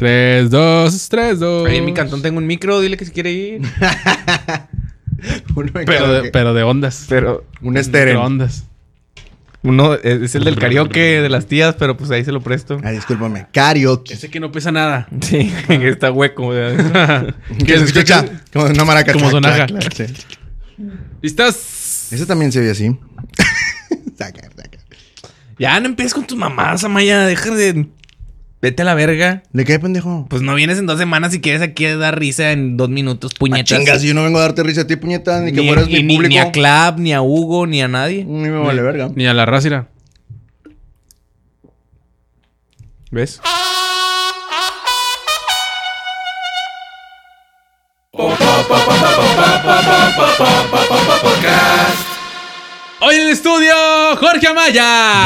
Tres, dos, tres, dos. Ahí en mi cantón tengo un micro, dile que si quiere ir. Uno Pero en cada- de, pero de ondas. Pero un esteren. De ondas. uno es es el del karaoke de las tías, pero pues ahí se lo presto. Ah, discúlpame. Karaoke. Ese que no pesa nada. Sí, que está hueco. o sea. Que se escucha como una maraca. Como Clac, sonaja. clac, clac. Sí. ¿Listas? Ese también se oye así. Saca, saca. ya no empieces con tus mamás, Amaya. Deja de. Vete a la verga. ¿De qué, pendejo? Pues no vienes en dos semanas y quieres aquí dar risa en dos minutos, Ah, puñetas. chingas, yo no vengo a darte risa a ti, puñeta, ni que fueras y mi ni- público. ni a Clap, ni a Hugo, ni a nadie. Ni me vale verga. Ni a la rácira. ¿Ves? Hoy en el estudio, Jorge Amaya.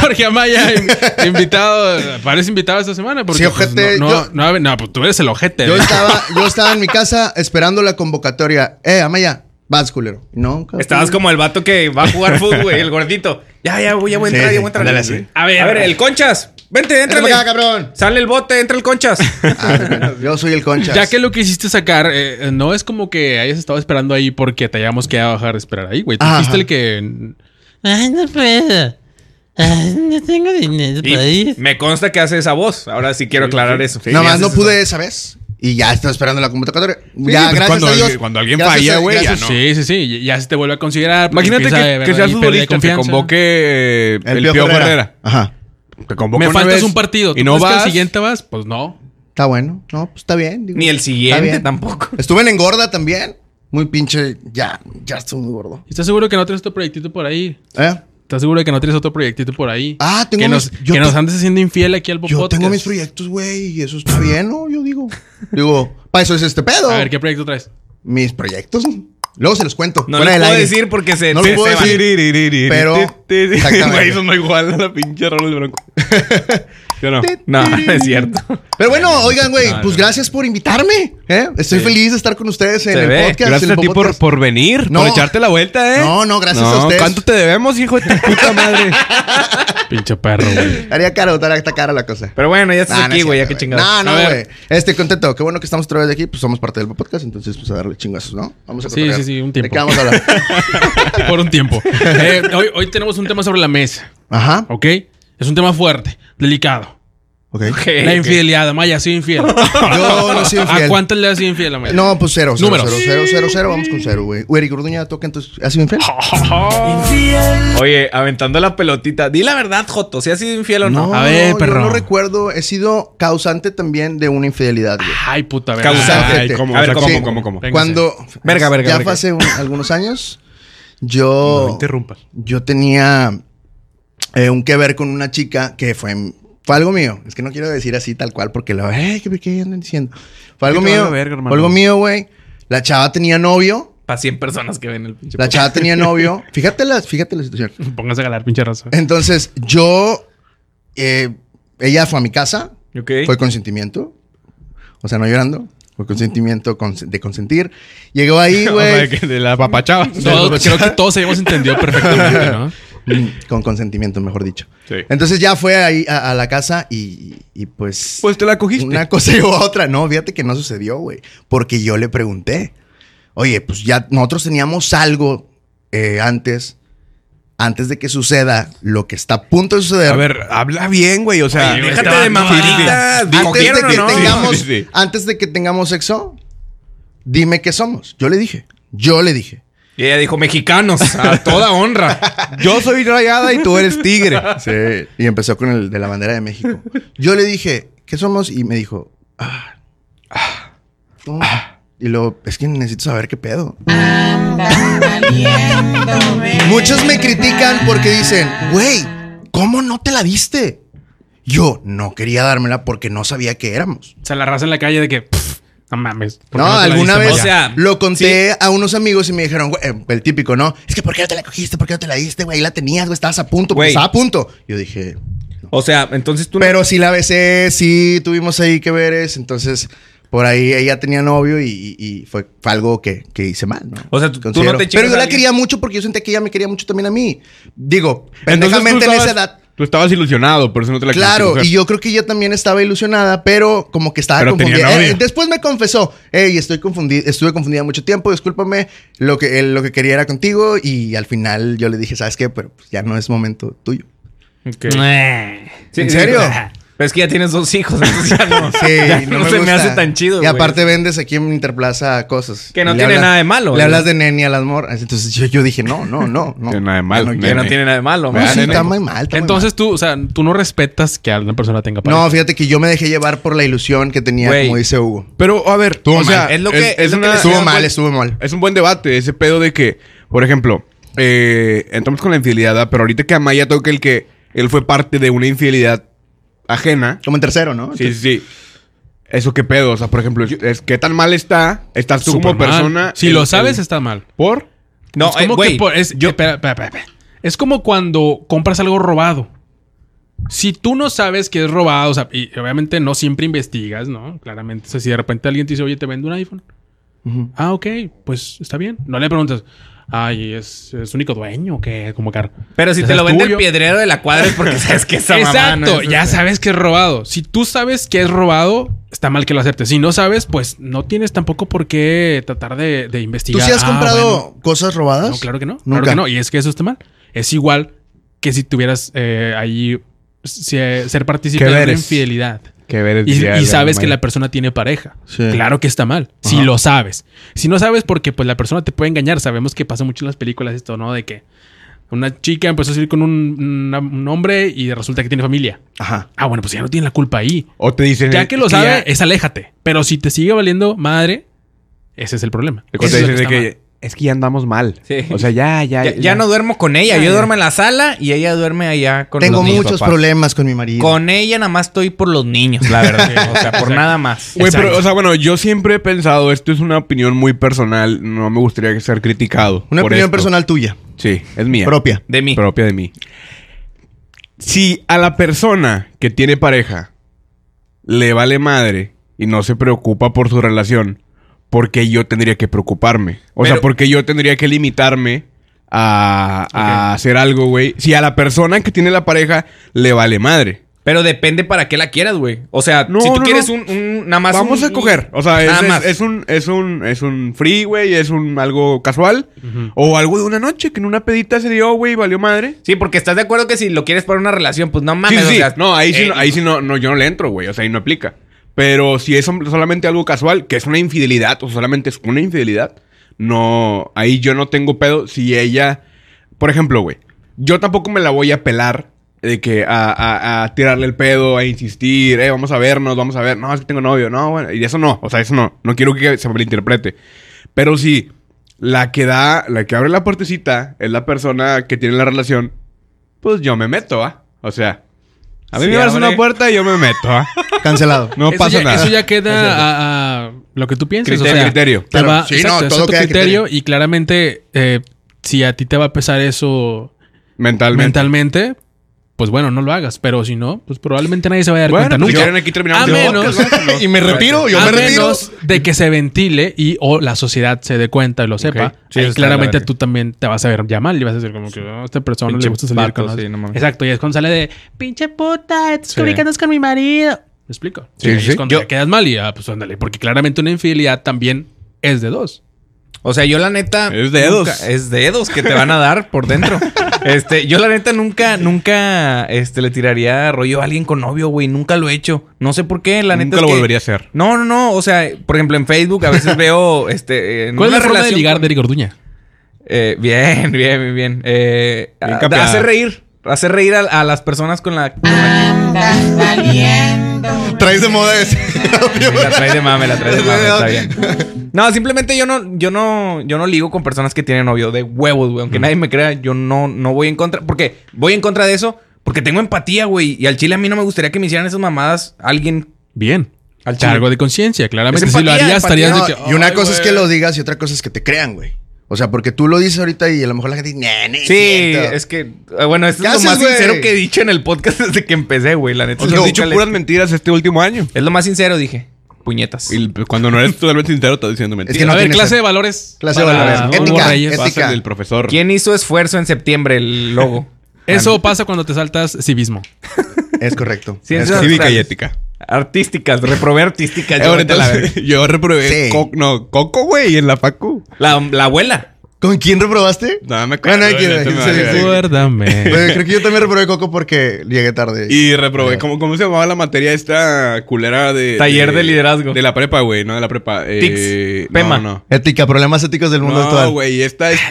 Jorge Amaya, in- invitado. Parece invitado esta semana. Porque, Sí, pues, ojete, no, no, yo- no, ha ven- no, pues tú eres el ojete. Yo ¿eh? estaba, yo estaba en mi casa esperando la convocatoria. Eh, Amaya, vas, culero. No, cabrón. Estabas como el vato que va a jugar fútbol, güey, el gordito. Ya, ya, voy, ya voy a Sí, entrar, sí, ya voy a entrar. ándale así. A ver, a ver, el conchas. Vente, entra. Entra para acá, cabrón. Sale el bote, entra el conchas. Ah, bueno, yo soy el concha. Ya que lo que hiciste sacar, eh, no es como que hayas estado esperando ahí porque te hayamos quedado a dejar de esperar ahí, güey. Tú Ajá. fuiste el que. Ay, no puedo. Ay, no tengo dinero para Y ir. me consta que hace esa voz. Ahora sí quiero aclarar eso. Nada más no pude esa vez. Y ya estaba esperando la convocatoria. pues ya, gracias cuando- a Dios. cuando alguien Gracias falla, a- güey, ya gracias- no. Sí, sí, sí. y- Ya se te vuelve a considerar. porque Imagínate empieza a- que, que a- seas y perder futbolista, que confianza. convoque eh, el, El, Pío Pío Herrera. Herrera. Ajá. Te convoca Me una faltas vez un partido. ¿Tú Y no crees que vas. al siguiente vas? Pues no. Está bueno. No, pues está bien. digo. Ni el Está siguiente bien. tampoco. Estuve en engorda también. Muy pinche. Ya, ya estuve muy gordo. ¿Estás seguro que no tienes otro proyectito por ahí? ¿Eh? ¿Estás seguro de que no tienes otro proyectito por ahí? Ah, tengo que mis- nos, yo que te- nos andes haciendo infiel aquí al Yo podcast. tengo mis proyectos, güey, y eso está bien, ¿no? Yo digo. Digo, para eso es este pedo. A ver, ¿qué proyecto traes? Mis proyectos. Luego se los cuento. No les fuera del puedo aire. decir porque se. No lo se- puedo se van. decir. pero- Exactamente. Güey, sonó igual a la pinche rola del Bronco. Yo no. No, no es cierto. Pero bueno, oigan, güey, pues gracias por invitarme. ¿eh? Estoy feliz de estar con ustedes en Se el ve. podcast. en el Gracias a ti por, podcast. por venir, No. por echarte la vuelta, ¿eh? No, no, gracias a ustedes. ¿Cuánto te debemos, hijo de tu puta madre? Pinche perro, güey. Haría cara, estaría esta cara la cosa. Pero bueno, ya estás Nah, no aquí, es güey, ya cierto, que chingados. No, A no, ver. güey. Este, contento. Qué bueno que estamos otra vez aquí. Pues somos parte del podcast, entonces pues a darle chingazos, ¿no? Vamos a Sí, cotorrear. sí, sí, un ¿De tiempo. qué vamos a hablar? por un tiempo. Eh, hoy, hoy tenemos un tema sobre la mesa, Ajá. ¿ok? Es un tema fuerte, delicado. Eh, Ok. La infidelidad, Amaya, ha sido infiel. Yo no soy ¿A infiel. cuántas le has sido infiel, Amaya? No, pues cero, cero, Números. cero, cero, cero, cero, vamos con cero, güey. Eric Orduña toca entonces, ¿ha sido infiel? Oye, aventando la pelotita. Di la verdad, Joto, si has sido infiel o no. A ver, perro. Yo no recuerdo, he sido causante también de una infidelidad, güey. Ay, puta verga. Causante. Ay, ¿cómo? A ver, O sea, ¿cómo, ¿cómo, cómo, cómo, Véngase. Cuando Verga, verga, ya verga. fue hace un- algunos años, yo No interrumpas. yo tenía eh, un que ver con una chica que fue fue algo mío. Es que no quiero decir así tal cual porque lo, eh, ¿qué, qué andan diciendo? Fue algo Sí, te mío, vale verga, fue hermano. algo mío, güey. La chava tenía novio, Para 100 personas que ven el pinche. la chava tenía novio. Fíjate la, fíjate la situación. Ah, Póngase a galar, pinche raza. Entonces yo, eh, ella fue a mi casa, Ok. fue consentimiento. O sea, no llorando. Fue consentimiento cons- de consentir. Llegó ahí, O sea, güey. que de la papachava. pues. Todos- creo que todos habíamos entendido perfectamente, ¿no? con consentimiento, mejor dicho. Mm. Sí. Entonces ya fue ahí a, a la casa y, y pues, Pues te la cogiste. una cosa llevó a otra. No, fíjate que no sucedió, güey. Porque yo le pregunté. Oye, pues ya nosotros teníamos algo eh, antes, antes de que suceda lo que está a punto de suceder. A ver, habla bien, güey. O sea, Oye, güey, Déjate Este de vato, mamadita. sí, sí. antes de ¿Cogieron o que no? tengamos, Sí, sí. antes de que tengamos sexo, dime qué somos. Yo le dije, yo le dije. Y ella dijo, mexicanos, a toda honra. yo soy rayada y tú eres tigre. Sí, y empezó con el de la bandera de México. Yo le dije, ¿qué somos? Y me dijo, "Ah, ah, no". Y luego, es que necesito saber qué pedo. Muchos me critican porque dicen, güey, ¿cómo no te la diste? Yo no quería dármela porque no sabía qué éramos. O sea, la raza en la calle de que... pff, no mames. ¿por No, qué te la alguna diste, vez Amaya? O sea, lo conté a unos amigos y me dijeron, güey, eh, el típico, ¿no? Es que ¿por qué no te la cogiste? ¿Por qué no te la diste, güey? Ahí la tenías, güey, estabas a punto, Güey. porque estaba a punto. Yo dije, O sea, entonces tú no- Pero sí la besé, sí tuvimos ahí que veres, entonces Por ahí ella tenía novio y, y- y fue, fue algo que, que hice mal, ¿no? O sea, tú- tú Considero. no te chingas Pero yo a la alguien. quería mucho porque yo sentía que ella me quería mucho también a mí. Digo, Entonces, tú pendejamente en estabas- esa edad. Tú estabas ilusionado, por eso no te la Claro, y yo creo que ella también estaba ilusionada, pero como que estaba Pero tenía confundida. novio. Eh, eh, después me confesó, hey, estoy confundida, estuve confundida mucho tiempo, discúlpame, lo que, eh, lo que quería era contigo y al final yo le dije, ¿sabes qué? Pero pues, ya no es momento tuyo. ¿En serio? Pero es que ya tienes dos hijos, entonces ya no, Sí, ya no me se me gusta. hace tan chido. Y güey. aparte vendes aquí en Interplaza cosas. Que no Le tiene hablas- nada de malo, Le güey. hablas de neni a las morras. Entonces yo, yo dije, no, no, no. No Tiene nada de Ya no malo, nene. que quiero. no tiene nada de malo. No, Ah, ¿verdad? sí, nene. está muy mal. está muy Entonces pues, tú, o sea, tú no respetas que alguna persona tenga mal. pareja. No, fíjate que yo me dejé llevar por la ilusión que tenía, Güey. como dice Hugo. Pero, a ver, Estuvo o sea, mal. Es lo que- es lo que una- les Estuvo una- mal, estuvo mal. Es un buen debate, ese pedo de que, por ejemplo, eh, entramos con la infidelidad, ¿verdad? pero ahorita que Amaya toca el que él fue parte de una infidelidad ajena. Como en tercero, ¿no? Sí, sí, sí. Eso qué pedo, o sea, por ejemplo, es qué tan mal está, estás tú como Súper mal. persona. Si el- lo sabes, el- está mal. por No, es como eh, güey, que por- es, espera, espera, espera, espera. Es como cuando compras algo robado. Si tú no sabes que es robado, o sea, y obviamente no siempre investigas, ¿no? Claramente, o sea, si de repente alguien te dice, oye, te vendo un iPhone. Ujú. Ah, ok, pues está bien. No le preguntas, ay, es, es único dueño que como carro. Pero si Ese te es lo vende el tuyo. piedrero de la cuadra es porque sabes que esa mamá no Exacto, es- ya sabes que es robado. Si tú sabes que es robado, está mal que lo aceptes. Si no sabes, pues no tienes tampoco por qué tratar de, de ¿Tú investigar. sí has Ah, comprado bueno. cosas robadas? No, claro que no. Claro Nunca. que no. Y es que eso está mal. Es igual que si tuvieras eh, ahí se- ser partícipe Que de una veres. infidelidad. que ver Y, y sabes que la persona tiene pareja. Sí. Claro que está mal. Si Ajá. lo sabes. Si no sabes, porque pues la persona te puede engañar. Sabemos que pasa mucho en las películas esto, ¿no? De que una chica empezó a salir con un, una- un hombre y resulta que tiene familia. Ajá. Ah, bueno, pues ya no tiene la culpa ahí. o te dicen Ya que lo Eh, ya- sabe, es aléjate. Pero si te sigue valiendo madre, ese es el problema. o te Eso es lo dicen de que está que es que ya andamos mal. Sí. O sea, ya ya Ya, ya no duermo con ella. Ya, Yo ya. duermo en la sala y ella duerme allá con Tengo los niños. muchos papás. problemas con mi marido. Con ella nada más estoy por los niños, la verdad. o sea, por nada más. Güey, pero, o sea, bueno, yo siempre he pensado, esto es una opinión muy personal, no me gustaría ser criticado. Una por opinión esto. personal tuya, Sí, es mía. propia. De mí. Propia de mí. Si a la persona que tiene pareja le vale madre y no se preocupa por su relación, ¿por qué yo tendría que preocuparme? O sea, Pero- ¿por qué yo tendría que limitarme a, a hacer algo, güey? Si a la persona que tiene la pareja le vale madre. Pero depende para qué la quieras, güey. O sea, No, si tú no, quieres no. un, un- Nada más. Vamos un- a coger. O sea, Nada es, más. es- es un, es, un, es un free, güey, es un algo casual. Ujú. O algo de una noche que en una pedita se dio, güey, y valió madre. Sí, porque estás de acuerdo que si lo quieres para una relación, pues no Sí, mames. sí, o sí. sea, no, ahí sí, eh, no, ahí sí no, no, yo no le entro, güey. O sea, ahí no aplica. Pero si es som- solamente algo casual, que es una infidelidad, o solamente es una infidelidad, no, ahí yo no tengo pedo. Si ella, por ejemplo, güey, yo tampoco me la voy a pelar de que a, a- a tirarle el pedo, a insistir, eh, vamos a vernos, vamos a ver, no, es que tengo novio, no, bueno, y eso no, o sea, eso no, no quiero que se malinterprete. Pero si la que da, la que abre la puertecita es la persona que tiene la relación, pues yo me meto, ¿ah? O sea, a mí Sí, me abres abre. una puerta y yo me meto, ¿ah? Cancelado. No Eso pasa ya- nada. Eso ya queda a, a lo que tú pienses. Criterio, o sea, criterio. te Claro, va- sí, exacto, no, es a todo tu queda a criterio, criterio. y claramente eh, si a ti te va a pesar eso Mentalmente. mentalmente, pues bueno, no lo hagas. Pero si no, pues probablemente nadie se vaya a dar Bueno, cuenta pues nunca. ya aquí terminamos A el menos- podcast, ¿no? y me retiro, yo a me retiro. menos de que se ventile y o la sociedad se dé cuenta y lo sepa, Sí, ahí eso está la claramente verga. tú también te vas a ver ya mal y vas a decir como que "Oh, a esta persona Pinche le gusta salir vato, con los-". sí, no mames. Exacto, y es cuando sale de pinche puta, estás Sí. comunicando con mi marido. ¿Me explico? Sí, Sí, ahí sí. es cuando Yo- te quedas mal y ah, pues ándale, porque claramente una infidelidad también es de dos. O sea, yo la neta. Es dedos. nunca- es dedos que te van a dar por dentro. Este, yo la neta nunca, nunca este, le tiraría rollo a alguien con novio, güey. Nunca lo he hecho. No sé por qué, la neta. Nunca es lo que- volvería a hacer. No, no, no. O sea, por ejemplo, en Facebook a veces veo. Este, en ¿Cuál es una la forma de relación ligar con- de Eric Orduña? Eh, bien, bien, bien, bien. Eh, Bien a- capeada. hacer reír. Hacer reír a, a las personas con la. con la Traes de moda ese. que- la trae de mame, la trae de mame, está bien. No, simplemente yo no, yo no, yo no ligo con personas que tienen novio de huevos, güey. Aunque nadie me crea, yo no, no voy en contra. Porque voy en contra de eso, porque tengo empatía, güey. Y al chile a mí no me gustaría que me hicieran esas mamadas alguien. Bien. Al chile. Cargo de conciencia, claramente. Es si lo empatía, harías, empatía. estarías de No, que. y una "Ay, cosa es que güey". lo digas y otra cosa es que te crean, güey. O sea, porque tú lo dices ahorita y a lo mejor la gente dice, "Nah, no es Sí, cierto". es que. eh, Bueno, esto ¿Qué es lo haces, más güey? sincero que he dicho en el podcast desde que empecé, güey. La neta. O Eso sea, he sí, Pues dicho chale. puras mentiras este último año. Es lo más sincero, dije. puñetas. Y cuando no eres totalmente sincero, estás diciendo mentiras. Es que no a ver, tiene clase de sentido. valores. Clase de para valores. Hugo Ética, Reyes. Va a ser ética. del profesor. ¿Quién hizo esfuerzo en septiembre el logo? Eso pasa cuando te saltas civismo. Es correcto. Ciencias Es correcto. Cívica y ética. Artísticas, reprobé artísticas. Eh, yo, bueno, vete a la, verga. entonces, yo reprobé Sí. co- no, Coco, güey, en la Facu. la, la abuela. ¿Con quién reprobaste? No, me Bueno, acuerdo. hay que- ya se me va se- a llegar. Recuérdame. Eh. Pues, creo que yo también reprobé Coco porque llegué tarde. Y reprobé, ¿cómo, ¿cómo se llamaba la materia esta culera de... Taller de liderazgo. De la prepa, güey, no de la prepa. Eh, Tics. Pema. No, Ética, problemas éticos del no. mundo No, actual. güey, esta es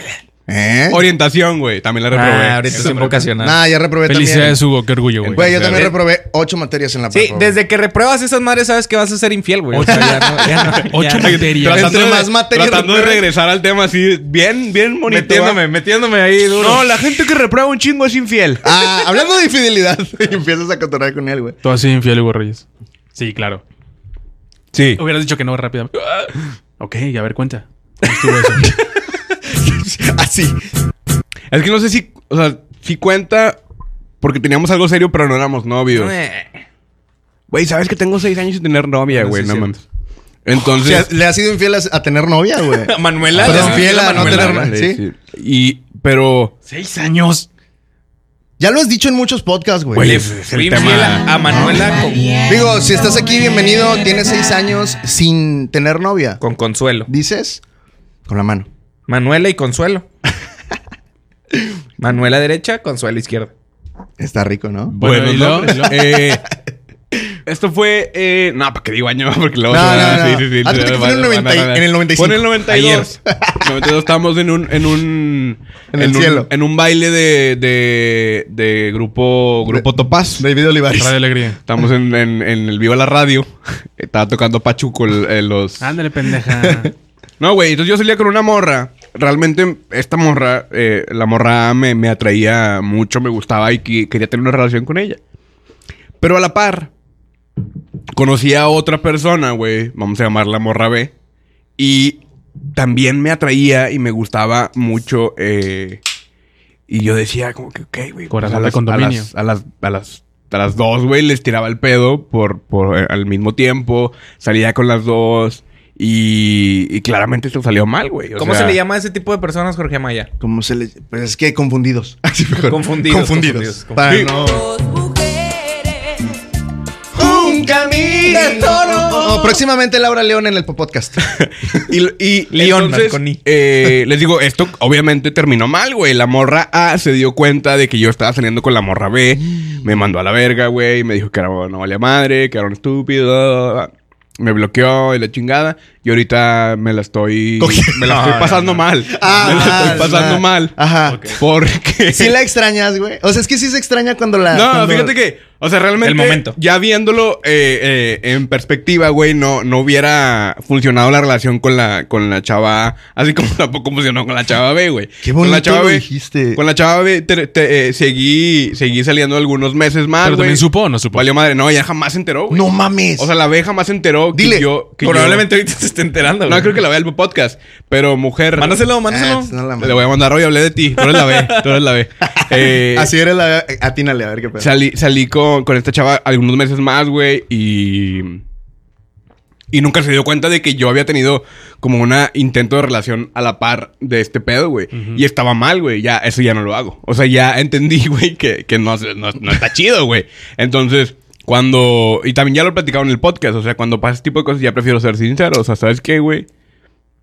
¿Eh? orientación, güey. También la reprobé. Ah, orientación vocacional. Nah, ya reprobé Felicidades, también. Hugo. Qué orgullo, güey. Güey, yo también reprobé ocho materias en la Sí, prepa, güey. desde que repruebas esas madres sabes que vas a ser infiel, güey. O sea, ya no- ya no- ya Ocho no. materias. Tratando, Entre de, más materias tratando de reprobé. regresar al tema así, bien, bien bonito. Metiéndome, ¿va? metiéndome ahí duro. No, la gente que reprueba un chingo es infiel. Ah, hablando de infidelidad, y empiezas a cotorrear con él, güey. Tú así infiel, Hugo Reyes. Sí, claro. Sí. Hubieras dicho que no rápidamente. Ok, a ver, cuenta. ¿Cómo estuvo eso? Así. Es que no sé si, o sea, si cuenta porque teníamos algo serio, pero no éramos novios. Eh, Güey, ¿sabes que tengo seis años sin tener novia, Bueno, güey? Ah, sí No, es mames. O sea, Entonces... ¿Le ha sido infiel a, a tener novia, güey? Manuela. Perdón, ya se me fiel olvidó a no Manuela. tener- Ándale, sí. Y, pero... Seis años. Ya lo has dicho en muchos podcasts, güey. Güey, es- es el Fui tema. infiel a, a Manuela con, Digo, si estás aquí, bienvenido. Tienes seis años sin tener novia. con Consuelo. ¿Dices? Con la mano. Manuela y Consuelo. Manuela derecha, Consuelo izquierda. Está rico, ¿no? Bueno, Bueno, ¿y luego? no, eh, esto fue. Eh, no, para que digo año, porque luego. No, se va- no, no. Haz cuenta que fue en el van a- 90 van a- en el 95. Fue en el 92. 92 estábamos en un. En, un, En el un- cielo. En un baile de. De, de grupo. Grupo Topaz. David Olivares. Radio Alegría. Estamos en, en, en el Viva la Radio. Estaba tocando Pachuco el- eh, los. Ándale, pendeja. No, güey, entonces yo salía con una morra. Realmente, esta morra, eh, la morra me, me atraía mucho, me gustaba y que- quería tener una relación con ella. Pero a la par, conocí a otra persona, güey, vamos a llamarla morra B, y también me atraía y me gustaba mucho. eh, y yo decía, como que, ok, güey. pues, Corazón a de las- condominio. A las, a las, a las- a las dos, güey, les tiraba el pedo por, por, eh, al mismo tiempo. Salía con las dos. Y, y claramente esto salió mal, güey. o ¿Cómo sea, se le llama a ese tipo de personas, Jorge Amaya? ¿Cómo se le.? Pues es que confundidos. Así mejor. Confundidos, Confundidos. confundidos, Para Sí. no. Dos mujeres. Un camino Oh, próximamente Laura León en el podcast. Y, y León entonces, Marconi. eh, les digo, esto obviamente terminó mal, güey. La morra A se dio cuenta de que yo estaba saliendo con la morra B. Me mandó a la verga, güey. Me dijo que era no valía madre, que era un estúpido. bla, bla, bla. Me bloqueó y la chingada. Y ahorita me la estoy... Me la Ah, estoy pasando mal. me la Ah, estoy pasando ah, mal. Ajá. Porque... Sí la extrañas, güey. O sea, es que sí se extraña cuando la. No, cuando- fíjate que, o sea, realmente. El momento. Ya viéndolo eh, eh, en perspectiva, güey, no, no hubiera funcionado la relación con la, con la chava. A, Así como tampoco funcionó con la chava B, güey. Qué con bonito la chava lo B, dijiste. Con la chava B te- te, eh, seguí, seguí saliendo algunos meses más. Pero Ah, güey. también supo o no supo. Valió madre. No, ella jamás se enteró, güey. No mames. O sea, la B jamás se enteró Dile, que yo. que yo- Probablemente ahorita se esté enterando. no, güey. creo que la vea el podcast. Pero mujer. Mándaselo, mándaselo. Ah, no la Le voy a mandar, hoy hablé de ti. Tú eres la B. Tú eres la B. Eh, Así era la. Atínale, a ver qué pasa. Salí, salí con, con esta chava algunos meses más, güey, y... Y nunca se dio cuenta de que yo había tenido como un intento de relación a la par de este pedo, güey. Y estaba mal, güey. Ya, eso ya no lo hago. O sea, ya entendí, güey, que, que no, hace- no- no está chido, güey. Entonces, cuando... Y también ya lo he platicado en el podcast. O sea, cuando pasa ese tipo de cosas, ya prefiero ser sincero. O sea, ¿sabes qué, güey?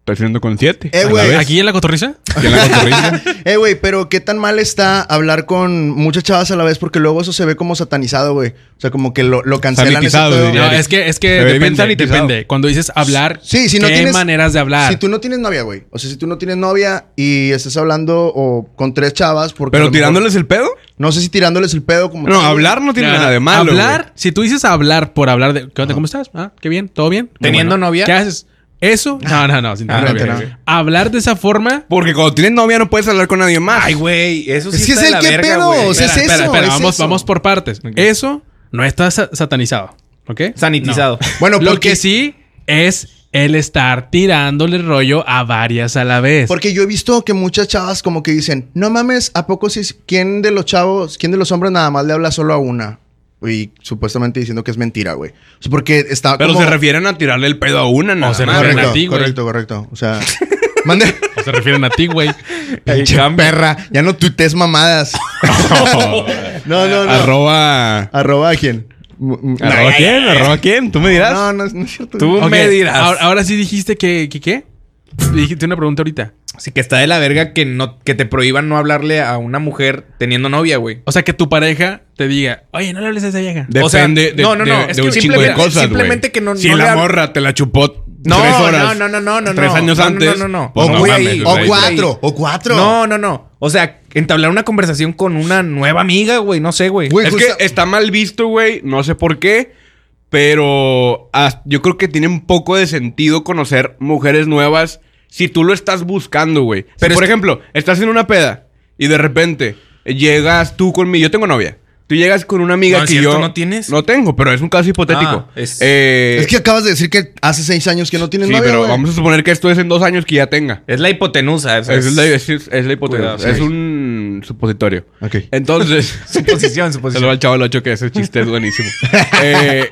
Estoy siendo con siete. Eh, a la güey, vez. ¿Aquí en la cotorriza? Que la cotorrisa. Eh, güey, pero qué tan mal está hablar con muchas chavas a la vez porque luego eso se ve como satanizado, güey. O sea, como que lo, lo cancelan. ese Sanitizado, pedo. diría. No, es que, es que Se ve bien depende, sanitizado. depende. Cuando dices hablar, Sí, si no ¿qué tienes maneras de hablar? Si tú no tienes novia, güey. O sea, si tú no tienes novia y estás hablando o con tres chavas porque a Pero lo mejor- tirándoles el pedo. no sé si tirándoles el pedo como No, tal, hablar no tiene nada de malo. Hablar, güey. si tú dices hablar por hablar de. ¿Qué onda? ¿Cómo estás? Ah, qué bien, todo bien. Qué ¿Teniendo novia? ¿Qué haces? Eso. No, no, no, sin Ah, tener no, novia. no. Hablar de esa forma. Porque cuando tienes novia no puedes hablar con nadie más. Ay, güey, eso sí Es que está es de el la qué verga, pedo, güey. o sea, Espera, es espera, eso. Espera, vamos, eso. vamos por partes. Eso no está sa- satanizado. ¿Ok? Sanitizado. No. Bueno, Lo porque- que sí es el estar tirándole rollo a varias a la vez. Porque yo he visto que muchas chavas como que dicen, no mames, ¿a poco si quién de los chavos, quién de los hombres nada más le habla solo a una? Y supuestamente diciendo que es mentira, güey. O sea, porque está. Pero como- se refieren a tirarle el pedo a una, nada se más. refieren Correcto, a ti, güey. correcto, correcto. O sea. Mande. O se refieren a ti, güey. Pinche perra. Ya no tuitees mamadas. no, no, no. Arroba. Arroba a quién. Mm, mm, ¿Arroba nah, quién? ¿Arroba quién? ¿Tú me dirás? No, no, es- no es cierto. Tú Ok, me dirás. Ahora, ahora sí dijiste que, que qué. Dijiste una pregunta ahorita. Así que está de la verga que, no, que te prohíban no hablarle a una mujer teniendo novia, güey. O sea, que tu pareja te diga, oye, no le hables a esa vieja. Depende O sea, de, no, no, de- no, de es que un chingo de simplemente- cosas, güey. simplemente que no- Si no le la hab- morra te la chupó No, tres horas. no, no, no, no, Tres no. años No, no, antes. no, no, no. pues o, güey, mames, o güey. cuatro, o cuatro. No, no, no. O sea, entablar una conversación con una nueva amiga, güey. No sé, güey. Güey, Es justa- que está mal visto, güey. No sé por qué. Pero as- yo creo que tiene un poco de sentido conocer mujeres nuevas si tú lo estás buscando, güey. Si, Pero es por que- ejemplo, estás en una peda y de repente llegas tú con mi... Yo tengo novia. Tú llegas con una amiga No, es que cierto, yo... ¿no tienes? No tengo, pero es un caso Ah, hipotético. es- Eh, Es que acabas de decir que hace seis años que no tienes Sí, novia, pero güey. vamos a suponer que esto es en dos años que ya tenga. Es la hipotenusa. Es, Es, la, es, es la hipotenusa. Cuidado, sí. es un supositorio. Ok. Entonces... su posición, Pues su Se posición. lo va al chavo el 8 que ese chiste es buenísimo. Eh,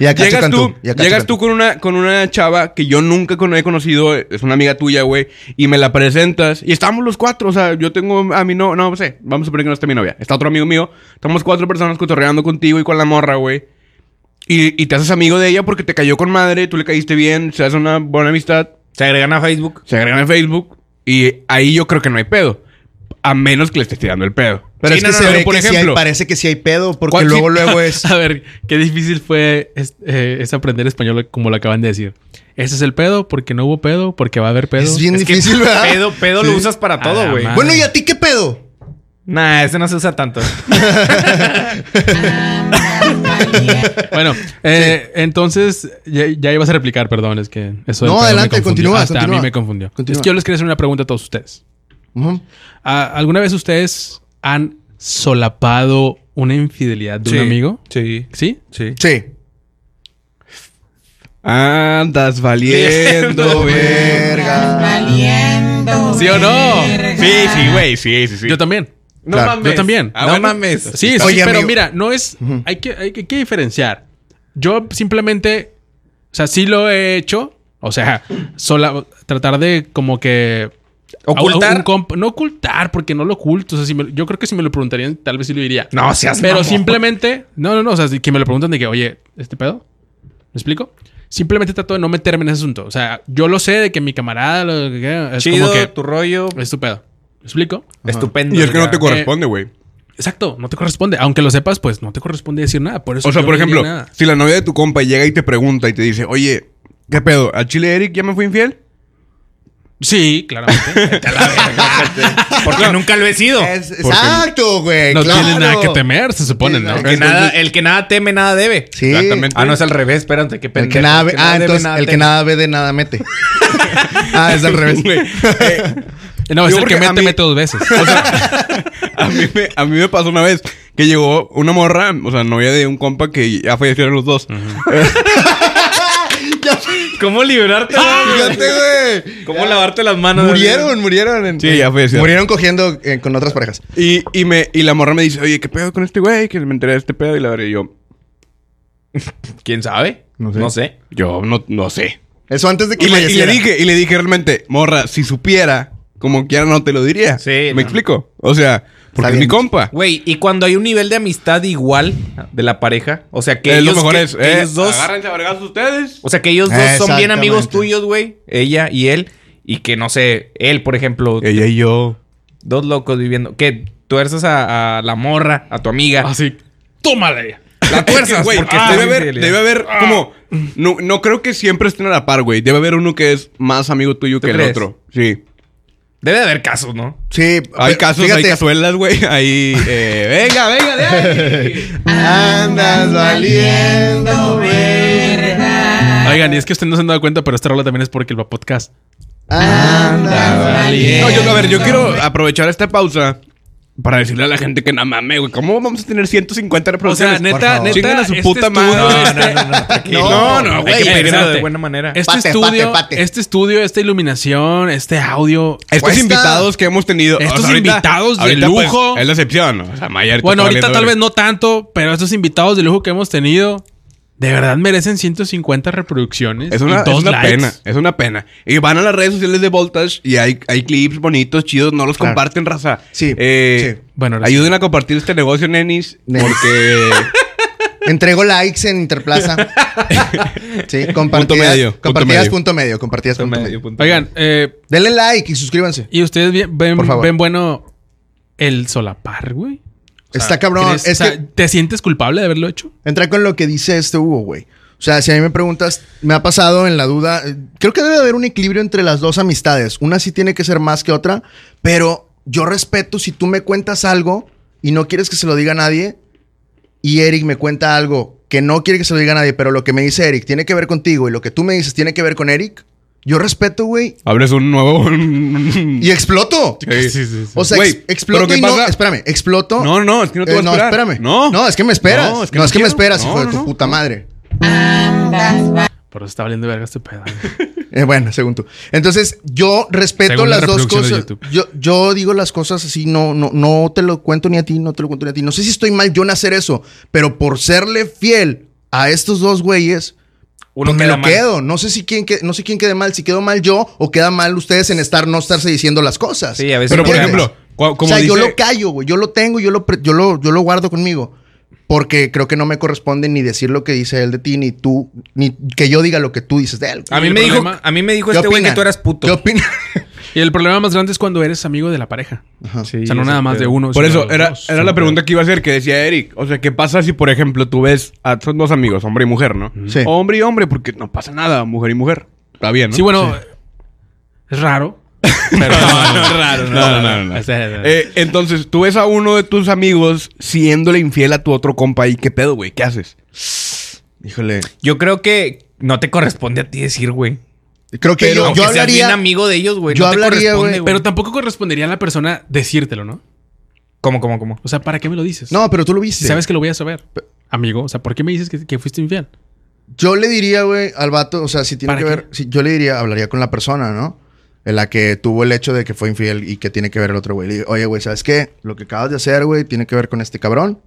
Y acá llegas chocan tú, Y acá llegas chocan tú con una, con una chava que yo nunca con- he conocido, es una amiga tuya, güey, y me la presentas y estamos los cuatro, o sea, yo tengo a mi no, no sé, vamos a suponer que no está mi novia, está otro amigo mío, estamos cuatro personas cotorreando contigo y con la morra, güey. Y, y te haces amigo de ella porque te cayó con madre, tú le caíste bien, se hace una buena amistad, Se agregan a Facebook. se agregan en Facebook y ahí yo creo que no hay pedo, a menos que le estés tirando el pedo. Pero Sí, es no, que no, se no, ve pero que sí hay- parece que sí hay pedo, porque ¿Cuál- luego, sí? luego es. A ver, qué difícil fue es, eh, es aprender español como lo acaban de decir. Ese es el pedo, porque no hubo pedo, porque va a haber pedo. Es bien difícil, ¿verdad? Pedo, pedo Sí. lo usas para Ah, todo, güey. madre. Bueno, ¿y a ti qué pedo? Nah, ese no se usa tanto. Bueno, eh, entonces ya, ya ibas a replicar, perdón, es que eso del No, pedo me adelante, confundió. continúa, Hasta continúa. a mí me confundió. Continúa. Es que yo les quería hacer una pregunta a todos ustedes. Ujú. ¿A- ¿Alguna vez ustedes han solapado una infidelidad de un amigo? Sí. ¿Sí? Sí. Sí. Andas valiendo, Verga. Valiendo. ¿Sí o no? Sí, sí, güey, sí, sí, sí. Yo también. No Claro. mames. Yo también. no mames. Sí, sí, Oye, pero amigo. mira, no es. Hay que, hay que, hay que diferenciar. Yo simplemente. O sea, sí lo he hecho. O sea, sola, tratar de como que. ¿Ocultar? a- a un comp- no ocultar, porque no lo oculto. O sea, si me- yo creo que si me lo preguntarían, tal vez sí lo diría. No, seas Pero mamón. simplemente. No, no, no. O sea, si- que me lo preguntan de que, oye, ¿este pedo? ¿Me explico? Simplemente trato de no meterme en ese asunto. O sea, yo lo sé de que mi camarada. lo que- es Chido, como que. tu rollo. Es tu pedo. ¿Me explico? Estupendo. Y es que no ya. te corresponde, güey. Exacto, no te corresponde. Aunque lo sepas, pues no te corresponde decir nada. Por eso O sea, yo por no diría ejemplo, nada. si la novia de tu compa llega y te pregunta y te dice, oye, ¿qué pedo? ¿Al chile Eric ya me fue infiel? Sí, claramente. Porque nunca lo he sido. Es- exacto, güey. no Eh, claro. tienes nada que temer, se supone, ¿no? Sí, Que nada, el que nada teme, nada debe. Sí. Exactamente. Ah, no es al revés, espérate, qué El pendejo. que nada ve, El ah, debe, entonces el que teme. nada ve de nada mete. ah, es al revés. Güey, eh, No, es Yo el porque que a mete, mí- mete dos veces. a, mí me, a mí me pasó una vez que llegó una morra, o sea, novia de un compa que ya fallecieron los dos. ¿Cómo librarte? Fíjate, güey. ¿Cómo lavarte las manos? Murieron, murieron. en- Sí, ya fallecieron. Murieron cogiendo eh, con otras parejas. Y, y, me, y la morra me dice, oye, ¿qué pedo con este güey? Que me enteré de este pedo. Y la verdad, yo, ¿Quién sabe? No sé. No sé. yo no, no sé. Eso antes de que Y le, y le falleciera. dije, y le dije realmente, morra, si supiera, como quiera no te lo diría. Sí, ¿Me no. explico? O sea, porque es bien. mi compa. Güey, y cuando hay un nivel de amistad igual de la pareja, o sea que es ellos, lo mejor que- es. que eh, ellos dos, Agárrense a vergazos ustedes. o sea que ellos dos son bien Exactamente. amigos tuyos, güey, ella y él, y que no sé, él por ejemplo, Ella y yo. dos locos viviendo, que tuerzas a, a la morra, a tu amiga, Así, tómale. la tuerzas, Güey, porque ah, estás debe en haber, fidelidad. debe haber Ah. como. No, no creo que siempre estén a la par, güey. Debe haber uno que es más amigo tuyo ¿Tú que el crees? otro. Sí. Debe de haber casos, ¿no? Sí, Hay pero casos, hay cazuelas, güey. Ahí. eh, venga, venga, de ahí. Andas valiendo, verga. Oigan, y es que ustedes no se han dado cuenta, pero esta rola también es porque el podcast. Andas No, yo, a ver, yo quiero aprovechar esta pausa Para decirle a la gente que no mames, güey. ¿Cómo vamos a tener 150 reproducciones? O sea, neta, favor. neta. Chingan a su este puta estudio- madre. este- No, no, no, tranquilo. No, no, güey, Hay que espérate. pedirlo de buena manera. Este Pate, estudio, pate, pate. este estudio, esta iluminación, este audio. Estos Cuesta. invitados que hemos tenido. Estos invitados de pues, lujo. es la excepción, ¿no? O sea, Maya Bueno, ahorita tal vez no tanto, pero estos invitados de lujo que hemos tenido, de verdad merecen 150 reproducciones. Es una, y es dos una likes. pena, es una pena. Y van a las redes sociales de Voltage y hay, hay clips bonitos, chidos, no los Claro. comparten, raza. Sí, Eh, sí. Bueno, ahora sí. ayuden a compartir este negocio, nenis, Nenis. porque Entrego likes en Interplaza. sí, compartidas. Punto medio, punto Compartidas medio. punto medio. Compartidas punto medio. Oigan, eh, Denle like y suscríbanse. ¿y ustedes vi- ven, Por favor. ven bueno el solapar, güey? O sea, Está cabrón. ¿crees- Es o sea, que- ¿Te sientes culpable de haberlo hecho? Entra con lo que dice este Hugo, güey. O sea, si a mí me preguntas, me ha pasado en la duda. eh, Creo que debe haber un equilibrio entre las dos amistades. Una sí tiene que ser más que otra, pero yo respeto si tú me cuentas algo y no quieres que se lo diga a nadie, y Eric me cuenta algo que no quiere que se lo diga a nadie, pero lo que me dice Eric tiene que ver contigo y lo que tú me dices tiene que ver con Eric. Yo respeto, güey, abres un nuevo. un- y exploto. Sí. O sea, Güey, ex- exploto ¿pero qué y no. pasa? Espérame, exploto. No, no, es que no te Eh, voy a no, esperar. espérame. No. no, es que me esperas. No, es que, me quiero. esperas, hijo No, de no, tu no. puta madre. Por eso está valiendo verga este pedo. Eh, bueno, según tú. Entonces, yo respeto Según la las dos reproducción de YouTube. cosas. Yo, yo digo las cosas así, no, no, no te lo cuento ni a ti, no te lo cuento ni a ti. No sé si estoy mal yo en hacer eso, pero por serle fiel a estos dos güeyes, Uno pues me queda lo mal. quedo. No sé si quién que- no sé quién quede mal, si quedo mal yo o queda mal ustedes en estar no estarse diciendo las cosas. Sí, a veces Pero por no ¿Entiendes? ejemplo, cu- como o sea, yo dice- lo callo, güey. Yo lo tengo, yo lo, pre- yo, lo, yo lo guardo conmigo. Porque creo que no me corresponde ni decir lo que dice él de ti, ni tú, ni que yo diga lo que tú dices de él. A mí el me dijo, problema- a mí me dijo ¿Qué Ah, este güey que opinan? tú eras puto. ¿Qué opinas? Y el problema más grande es cuando eres amigo de la pareja. o sea, no nada más de uno. Por sino eso, de era, los dos. era la pregunta que iba a hacer que decía Eric. O sea, ¿qué pasa si, por ejemplo, tú ves a son dos amigos, hombre y mujer, ¿no? Sí. O Hombre y hombre, porque no pasa nada, mujer y mujer. Está bien, ¿no? Sí, bueno, es raro. Pero No, no, raro, no, no, no, no. O sea, Eh, entonces, tú ves a uno de tus amigos siéndole infiel a tu otro compa y qué pedo, güey, ¿qué haces? Híjole. Yo creo que no te corresponde a ti decir, güey. Creo que Pero yo, aunque yo seas bien hablaría. amigo de ellos, güey. yo no te hablaría, corresponde, güey. Pero tampoco correspondería a la persona decírtelo, ¿no? ¿Cómo, cómo, cómo? O sea, ¿para qué me lo dices? No, pero tú lo viste. Si sabes que lo voy a saber, amigo. O sea, ¿por qué me dices que, que fuiste infiel? Yo le diría, güey, al vato, o sea, si tiene ¿Para que qué? ver, si- yo le diría, hablaría con la persona, ¿no? En la que tuvo el hecho de que fue infiel y que tiene que ver el otro güey. Le digo, Oye, güey, ¿sabes qué? Lo que acabas de hacer, güey, tiene que ver con este cabrón.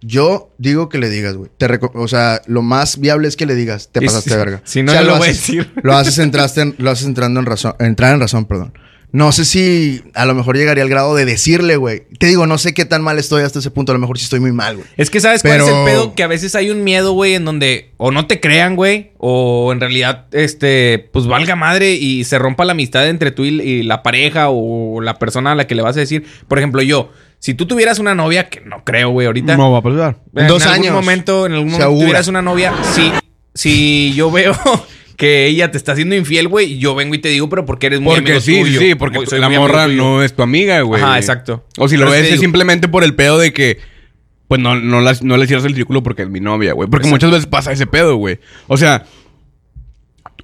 Yo digo que le digas, güey. Te reco- o sea, lo más viable es que le digas, te Y pasaste si- de verga. si no, O sea, yo lo voy a haces, decir. Lo haces, entraste en- lo haces entrando en razón, entrar en razón, perdón. No sé si a lo mejor llegaría al grado de decirle, güey. Te digo, no sé qué tan mal estoy hasta ese punto. A lo mejor sí estoy muy mal, güey. Es que sabes cuál es Pero- el pedo que a veces hay un miedo, güey, en donde o no te crean, güey, o en realidad, este, pues valga madre y se rompa la amistad entre tú y, y la pareja o la persona a la que le vas a decir. Por ejemplo, yo, si tú tuvieras una novia, que no creo, güey, ahorita. No va a pasar. En Dos algún años. momento, en algún Se momento augura. tuvieras una novia, si, si yo veo que ella te está haciendo infiel, güey, yo vengo y te digo, pero porque eres muy Porque amigo sí, tuyo. sí, porque Muy- soy la muy amigo morra tuyo. no es tu amiga, güey. Ajá, exacto. O si lo Por eso ves te es digo. simplemente por el pedo de que, pues no, no, las- no le cierras el círculo porque es mi novia, güey. Porque muchas veces pasa ese pedo, güey. O sea,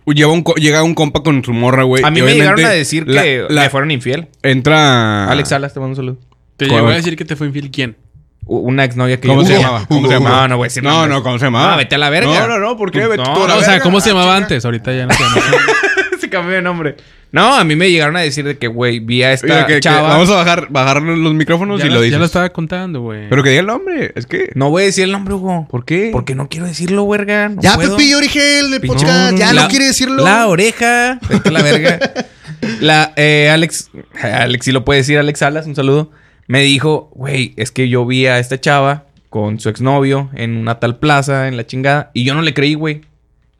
lleva un, co- llega un compa con su morra, güey. A mí y me llegaron a obviamente decir la- que la- Ah. me fueron infiel. Entra. Alex Salas, te mando un saludo. Te ¿Cuál? llegó a decir que te fue infiel quién. U- Una exnovia que ¿Cómo yo se tuve. llamaba? ¿Cómo se llamaba? Hugo. No, no, güey. sí, No, no, ¿cómo se llamaba? No, vete a la verga. No, no, no, ¿por qué? Tú- Vete no, tú a la o sea, verga, ¿cómo se ah, llamaba chinga. antes? Ahorita ya no se llama. se cambió de nombre. No, a mí me llegaron a decir de que, güey, vi a esta Oiga, que- que chava. vamos a bajar, bajar los micrófonos ya, y lo, lo ya dices. lo estaba contando, güey. Pero que diga el nombre. Es que. No voy a decir el nombre, Hugo. ¿Por qué? Porque no quiero decirlo, verga. No ya, puedo. Pepillo Origel de No, podcast. ya la- no quiere decirlo. La oreja. Vete a la verga. la, eh, Alex. Alex, si lo puede decir, Alex Salas, un saludo. Me dijo, güey, es que yo vi a esta chava con su exnovio en una tal plaza, en la chingada. Y yo no le creí, güey.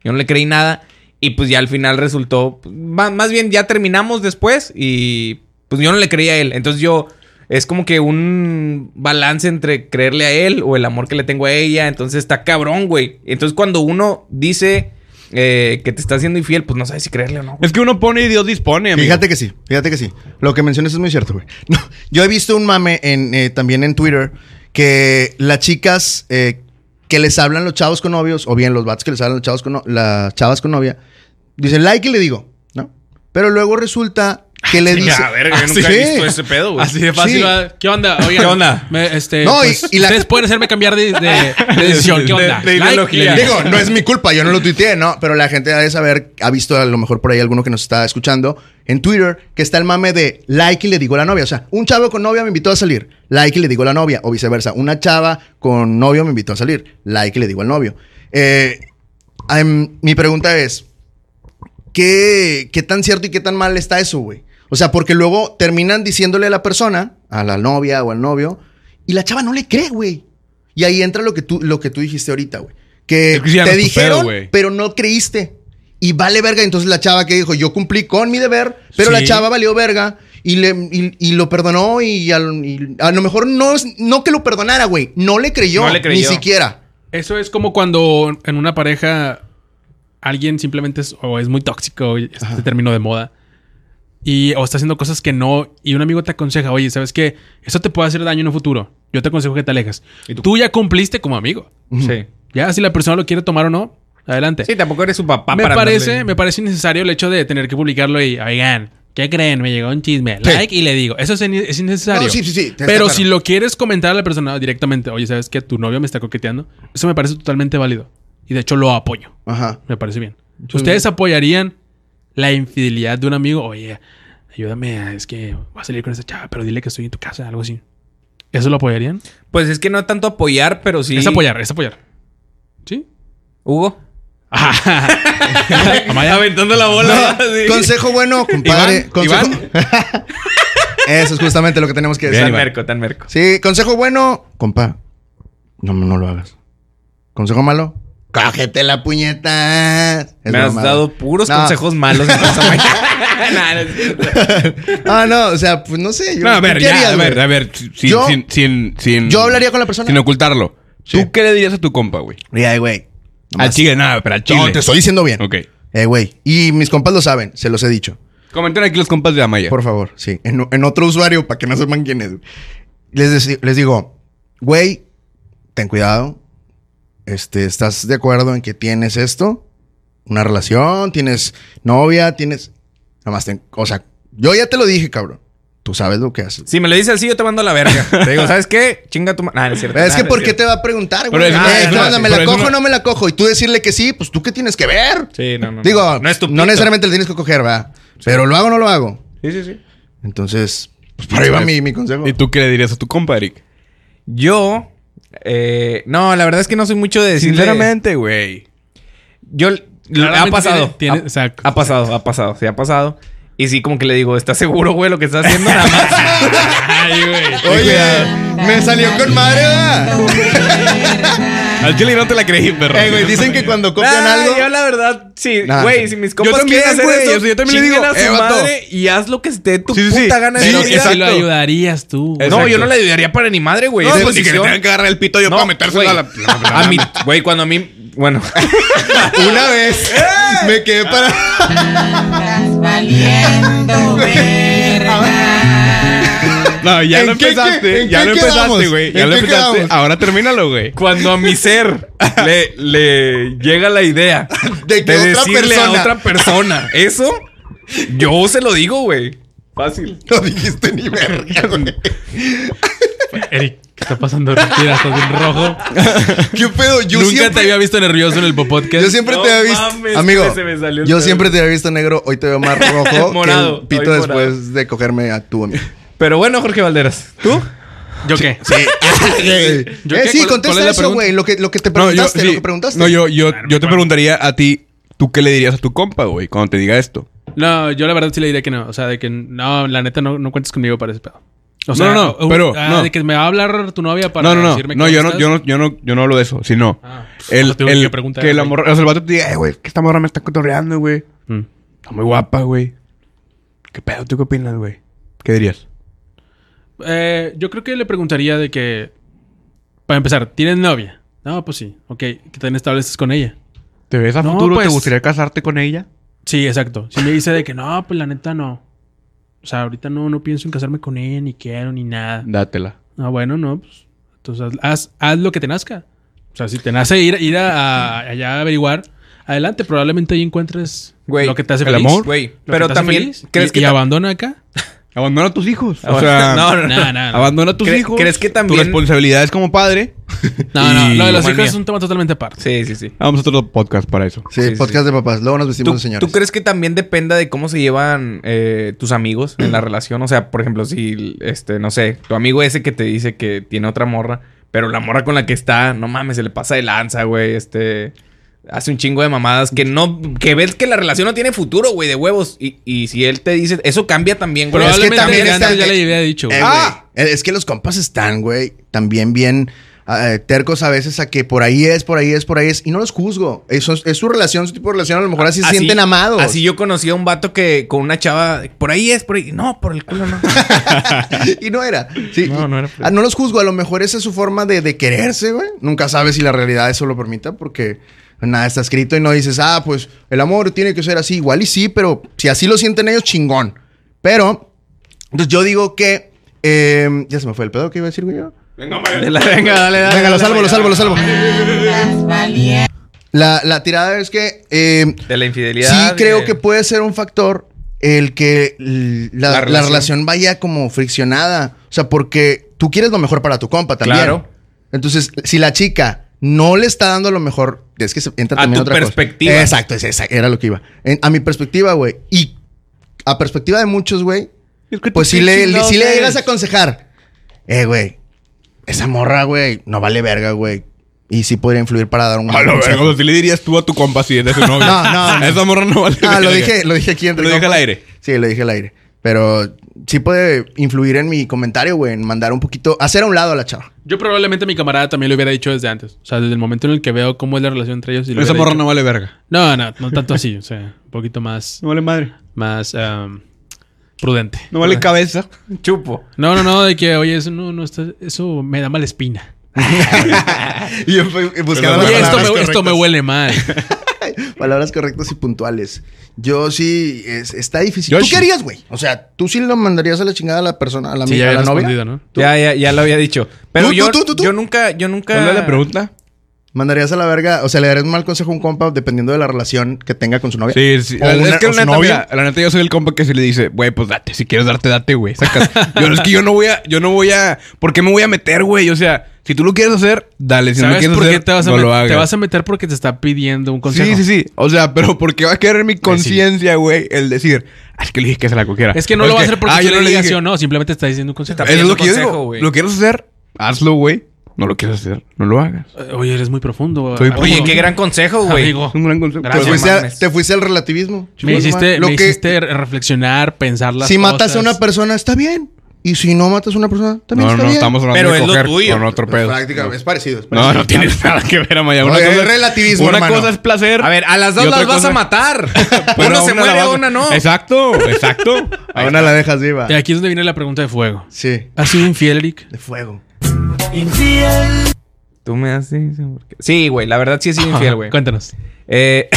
Yo no le creí nada. Y pues ya al final resultó. pues, ma- Más bien ya terminamos después. Y pues yo no le creí a él. Entonces yo. Es como que un balance entre creerle a él o el amor que le tengo a ella. Entonces está cabrón, güey. Entonces cuando uno dice eh, que te está haciendo infiel, pues no sabes si creerle o no. güey. Es que uno pone y Dios dispone, amigo. Fíjate que sí, fíjate que sí. Lo que mencionas es muy cierto, güey. No, yo he visto un mame en, eh, también en Twitter que las chicas eh, que les hablan los chavos con novios, o bien los vatos que les hablan los chavos con no- las chavas con novia, dicen like y le digo, ¿no? Pero luego resulta que le dice. Chinga, verga, yo Ah, nunca sí. he visto ese pedo, güey. Así de fácil. Sí. ¿verdad? ¿Qué onda? Oigan, ¿Qué onda? me- este, No, y- pues, y la- Ustedes pueden hacerme cambiar de, de- de decisión. ¿Qué De- onda? de Like, ideología. le- Digo, no es mi culpa, yo no lo tuiteé, ¿no? Pero la gente debe saber, ha visto a lo mejor por ahí alguno que nos está escuchando en Twitter, que está el mame de like y le digo a la novia. O sea, un chavo con novia me invitó a salir, like y le digo a la novia, o viceversa. Una chava con novio me invitó a salir, like y le digo al novio. Eh, em, mi pregunta es, ¿qué, ¿qué tan cierto y qué tan mal está eso, güey? O sea, porque luego terminan diciéndole a la persona, a la novia o al novio, y la chava no le cree, güey. Y ahí entra lo que tú, lo que tú dijiste ahorita, güey. Que Es que ya no te es tu dijeron, pedo, güey. pero no creíste. Y vale verga. Entonces la chava que dijo, yo cumplí con mi deber, pero la Sí. chava valió verga. Y, le, y, y lo perdonó y, al- y a lo mejor no, es- no que lo perdonara, güey. No le creyó. No le creyó. Ni siquiera. Eso es como cuando en una pareja alguien simplemente es, o es muy tóxico, y este término de moda, y, o está haciendo cosas que no, y un amigo te aconseja, oye, ¿sabes qué? Eso te puede hacer daño en un futuro. Yo te aconsejo que te alejes. Tú? ya cumpliste como amigo. Sí. Ya, si la persona lo quiere tomar o no, adelante. Sí, tampoco eres su papá me para andarle- parece, me parece innecesario el hecho de tener que publicarlo y, oigan, ¿qué creen? Me llegó un chisme, Sí. like y le digo. Eso es, in- es innecesario. No, sí, sí, sí, está Pero claro. si lo quieres comentar a la persona directamente, oye, ¿sabes que tu novio me está coqueteando? Eso me parece totalmente válido. Y de hecho lo apoyo. Ajá. Me parece bien. ¿Ustedes apoyarían la infidelidad de un amigo? Oye, ayúdame, es que voy a salir con esa chava, pero dile que estoy en tu casa, algo así. ¿Eso lo apoyarían? Pues es que no tanto apoyar, pero sí. Es apoyar, es apoyar. ¿Sí? Hugo. Amaya, Aventando la bola. No, consejo bueno, compadre. Iván, Consejo- Eso es justamente lo que tenemos que Tan decir. merco, tan merco. Sí, consejo bueno, compa. No, no lo hagas. Consejo malo. Cógete la puñeta. Es me has broma. dado puros No. consejos malos. entonces, Amaya. Nah, no es cierto. Ah, no, o sea, pues no sé. Yo, No, a ¿tú ver, qué ya, harías, a ver, güey? a ver, sin, Yo- sin, sin, sin- Yo hablaría con la persona. sin ocultarlo. Sí. ¿Tú qué le dirías a tu compa, güey? Mira, güey. Al nomás- chile, nada, pero al chile. No, te estoy diciendo bien. Ok. Eh, güey. Y mis compas lo saben, se los he dicho. Comenten aquí los compas de Amaya. Por favor, sí. En, en otro usuario, para que no sepan quién es. güey. Les, deci- les digo, güey, ten cuidado. Este, ¿Estás de acuerdo en que tienes esto? Una relación, tienes novia, tienes... Nada más, ten- o sea, yo ya te lo dije, cabrón. Tú sabes lo que haces. Si me lo dices así, yo te mando a la verga. Te digo, ¿sabes qué? Chinga tu madre. Nah, no es cierto. Es Nah, que no ¿por qué cierto. te va a preguntar, Pero güey? es Eh, una- ¿qué es una- onda, ¿Me la pero es cojo o una- no me la cojo? Y tú decirle que sí, pues tú qué tienes que ver. Sí, no, no. no. Digo, no es tu no pito. necesariamente le tienes que coger, ¿verdad? Pero lo hago o no lo hago. Sí, sí, sí. Entonces, pues para ahí va mi, mi consejo. ¿Y tú qué le dirías a tu compa, Eric? Yo. eh, no, la verdad es que no soy mucho de decirle. güey. Yo. l- Claramente ha pasado. tiene- tiene- ha, exacto. ha pasado, ha pasado. Sí, ha pasado. Y sí, como que le digo, ¿estás seguro, güey, lo que estás haciendo? Nada más. Oye, me salió con madre, ¿verdad? Al chile no te la creí, perro. Eh, güey, dicen que cuando copian Nah, algo. Yo la verdad, sí, Nah. güey, si mis compas también, quieren hacer güey, eso, o sea, yo también le chinguen digo, a su eh, vato. madre y haz lo que se te dé tu Sí, sí, sí. puta gana. de Pero tu vida. que si lo ayudarías tú. No, yo no le ayudaría para ni madre, güey. No, Esa pues ni que le decisión- tengan que agarrar el pito yo No, para meterse güey. a la... No, no, A mí, güey, cuando a mí, bueno, Una vez me quedé para. valiendo No, ya ¿En lo qué- qué- empezaste. en Ya qué lo quedamos? empezaste, güey. Ya ¿En lo qué empezaste. quedamos? Ahora termínalo, güey. cuando a mi ser le, le llega la idea De que otra decirle persona. a otra persona eso, yo se lo digo, güey. Fácil. No dijiste ni verga, güey. Eric, ¿qué está pasando? Respira, estás bien rojo. ¿Qué pedo? Yo Nunca siempre. te había visto nervioso en el podcast. Yo siempre No te había visto. mames, Amigo, se me salió el yo pedo. siempre te había visto negro. Hoy te veo más rojo. Morado, Que el pito hoy después morado. de cogerme a tu amigo. Pero bueno, Jorge Valderas, ¿tú? ¿Yo qué? Eh, ¿Yo qué? ¿Cuál- cuál sí, es contesta la eso, pregunta? güey. Lo que, lo que te preguntaste, sí. lo que preguntaste. No, yo, yo, yo te preguntaría a ti, ¿tú qué le dirías a tu compa, güey? Cuando te diga esto. No, yo la verdad sí le diría que no. O sea, de que no, la neta no, no cuentes conmigo para ese pedo. O No, no, no, pero, ah, no. De que me va a hablar tu novia para no, no, no. decirme No, que yo no, estás. yo no, yo no, yo no hablo de eso, sino Ah, pues, el, no tengo el- que preguntar, que la güey. morra, o sea, el vato te diga, eh, güey, que esta morra me está cotorreando, güey. Mm. Está muy guapa, güey. ¿Qué pedo? ¿Tú qué opinas, güey? ¿Qué dirías? Eh, yo creo que le preguntaría de que. Para empezar, ¿tienes novia? No, pues sí. Ok, que también estableces con ella. ¿Te ves a No, futuro? ¿Te pues- gustaría casarte con ella? Sí, exacto. Si me dice de que no, pues la neta no. O sea, ahorita no, no pienso en casarme con ella, ni quiero, ni nada. Dátela. Ah, bueno, no, pues. Entonces haz, haz- haz lo que te nazca. O sea, si te nace ir, ir a, a- allá a averiguar. adelante. Probablemente ahí encuentres Güey, lo que te hace el feliz. amor. Güey, lo que pero te hace también, feliz. ¿crees y, que y tam- abandona acá? Abandona a tus hijos. O Abandona- sea, no, no, No, no, no. abandona a tus ¿Cre- hijos. crees que también- Tu responsabilidad es como padre. No, no, Y- lo de los como el hijos mío. es un tema totalmente aparte. Sí, sí, sí. Vamos a otro podcast para eso. Sí, Sí, sí, podcast de papás. Luego nos vestimos ¿Tú, de señores. tú crees que también dependa de cómo se llevan eh, tus amigos en la relación? O sea, por ejemplo, si, este, no sé, tu amigo ese que te dice que tiene otra morra, pero la morra con la que está, no mames, se le pasa de lanza, güey, este... Hace un chingo de mamadas que no... Que ves que la relación no tiene futuro, güey, de huevos. Y, y si él te dice... Eso cambia también, güey. Pero es que Probablemente también desde está- antes ya le había dicho. güey. Eh, ¡Ah! güey, Es que los compas están, güey, también bien eh, tercos a veces a que por ahí es, por ahí es, por ahí es. Y no los juzgo. Eso es, es su relación, su tipo de relación. A lo mejor así, se sienten amados. Ah, Así yo conocí a un vato que con una chava... Por ahí es, por ahí... No, por el culo no. y no era. Sí. No, no era. pues. Ah, no los juzgo. A lo mejor esa es su forma de, de quererse, güey. Nunca sabes si la realidad eso lo permita porque nada está escrito y no dices, ah, pues el amor tiene que ser así. Igual y sí, pero si así lo sienten ellos, chingón. Pero, entonces yo digo que... eh, ya se me fue el pedo que iba a decir, güey. Venga, Venga, dale, dale. Venga, lo salvo, lo salvo, lo salvo. La, la tirada es que eh, De la infidelidad. sí creo de- que puede ser un factor el que l- la, la La relación. relación. vaya como friccionada. O sea, porque tú quieres lo mejor para tu compa también. Claro. Entonces, si la chica no le está dando lo mejor, es que se entra A también tu otra cosa. perspectiva. Exacto, es esa, era lo que iba. En- a mi perspectiva, güey. Y a perspectiva de muchos, güey, pues si le, le- si le llegas a aconsejar, eh, güey, esa morra, güey, no vale verga, güey. Y sí podría influir para dar un A mal lo consejo. verga, si le dirías tú a tu compa si es de su novio. No, no, no. Esa morra no vale. Ah, lo verga. dije, lo dije aquí entre Lo dije al compas. aire. Sí, lo dije al aire. Pero sí puede influir en mi comentario, güey, en mandar un poquito, hacer a un lado a la chava. Yo probablemente a mi camarada también lo hubiera dicho desde antes. O sea, desde el momento en el que veo cómo es la relación entre ellos. Y le Esa hubiera morra dicho- no vale verga. No, no, no tanto así. O sea, un poquito más, No vale madre. más em, prudente. No vale cabeza. Chupo. No, no, no, de que, oye, eso no, no está, eso me da mala espina. y yo fui buscando Pero, las Oye, esto palabras me, esto me correctas. huele mal. Palabras correctas y puntuales. Yo sí, es- está difícil. Yoshi. ¿Tú qué harías, güey? O sea, tú sí lo mandarías a la chingada a la persona, a la, Sí, mi- ya a había la respondido, novia. ¿no? Ya, ya, ya lo había dicho. Pero Tú, tú, yo, tú, tú, tú. yo nunca, yo nunca. ¿Cuál es la pregunta? ¿Mandarías a la verga? O sea, ¿le darías un mal consejo a un compa dependiendo de la relación que tenga con su novia? Sí, sí. O una- es que o su la neta, novio. mira, la neta, yo soy el compa que se le dice, güey, pues date, si quieres darte, date, güey. Sacas. Yo, es que yo no voy a, yo no voy a, ¿por qué me voy a meter, güey? O sea, si tú lo quieres hacer, dale. Si no lo ¿Sabes quieres por qué hacer, te vas, a no met- lo te hagas. vas a meter porque te está pidiendo un consejo? Sí, sí, sí. O sea, pero porque va a quedar en mi conciencia, güey, el decir, "Ah, es que le dije que se la cogiera. Es que no O lo va a que, hacer porque "Ah, tú yo le no le digas dije". sí o no, simplemente está diciendo un consejo. Está Eso es pidiendo lo que yo consejo, digo. güey. Lo quieres hacer, hazlo, güey. No lo quieres hacer, no lo hagas. Eh, Oye, eres muy profundo. Soy amigo. Oye, qué gran consejo, güey. Amigo. Es un gran consejo. te, Gracias, Pues, fuiste a- mames. te fuiste al relativismo. Me Chingos, madre. hiciste, Lo me que- hiciste re- reflexionar, pensar las si cosas. matas a una persona, está bien. Y si no matas a una persona, también no, está no, bien. estamos hablando Pero de es lo coger tuyo. con otro pedo. Prácticamente, es parecido. es No, parecido. no tienes nada que ver, Amaya. Una, Oye, cosa, es relativismo, una hermano. cosa es placer. A ver, a las dos y otra las vas cosa- a matar. Pero una a se la muere, vas- una no. Exacto, exacto. A una la dejas viva. Y aquí es donde viene la pregunta de fuego. Sí. ¿Has sido infiel, Eric? De fuego. Tú me haces. Sí, güey, la verdad sí he sido infiel, güey. Cuéntanos. Eh,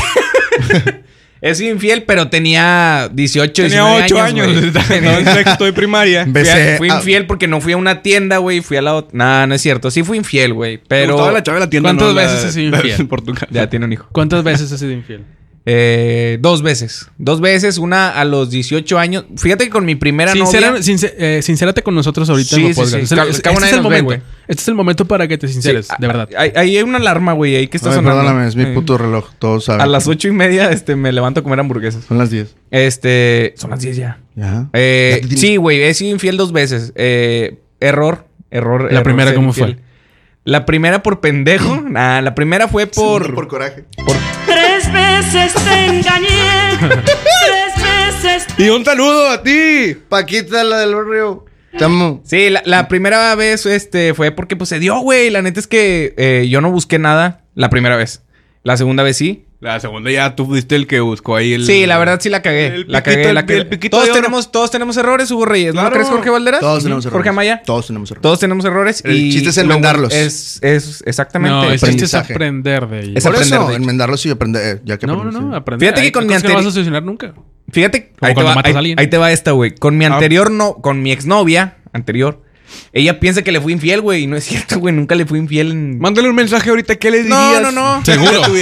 he sido infiel, pero tenía 18, Tenía 19 ocho años. ah. güey. Estaba en sexto de primaria. Fui, a- Besé fui a- infiel porque no fui a una tienda, güey. Fui a la otra. Nah, no es cierto. Sí fui infiel, güey. Pero... Pero. la chava de la tienda. ¿Cuántas no, la- veces has sido infiel? Por tu casa. Ya tiene un hijo. ¿Cuántas veces has sido infiel? Eh, dos veces. Dos veces, una a los 18 años. Fíjate que con mi primera Sincera- novia. sincer- eh, sincérate con nosotros ahorita Sí, en el sí, podcast. sí. Es el- Cabo- es- cabo este nadie es el nos ve, momento. güey. este es el momento para que te sinceres, Sí, de a- verdad. Ahí ahí hay una alarma, güey. Ahí que está Ay, sonando. perdóname, es mi Eh, puto reloj. Todos saben. A las ocho y media este, me levanto a comer hamburguesas. Son las 10. Este. Son las 10 ya. Ya. Eh, Ya te tienes- sí, güey, he sido infiel dos veces. Eh, error, error. ¿La error primera ser cómo fue? La primera por pendejo. Nah, la primera fue por. Por coraje. Tres veces te engañé. Tres veces Y un saludo a ti. Paquita, la del barrio. Te amo. Sí, la, la primera vez este, fue porque pues, se dio, güey. La neta es que eh, yo no busqué nada la primera vez. La segunda vez sí. La segunda ya tú fuiste el que buscó ahí el... sí, la verdad sí la cagué. el la piquito, cagué, la el- cagué. el piquito todos, de oro. tenemos, todos tenemos errores, Hugo Reyes. ¿No Claro. crees, Jorge Valderas? Todos tenemos errores. Jorge Amaya. Todos tenemos errores. Todos tenemos errores. El y chiste es enmendarlos. Es, es exactamente. no, el chiste es aprendizaje. aprender de ellos. Es Por aprender, eso, de hecho. enmendarlos y aprender. eh, ya que No, no, no, aprendiste. aprender. Fíjate que Hay con mi cosas no anteri- vas a solucionar nunca. Fíjate, Como ahí te, cuando va, matas a ahí- alguien. ahí te va esta, güey. Con mi Ah. anterior no, con mi exnovia anterior, ella piensa que le fui infiel, güey. Y no es cierto, güey. Nunca le fui infiel en. Mándale un mensaje ahorita. ¿Qué le No, no, dirías? no. Seguro.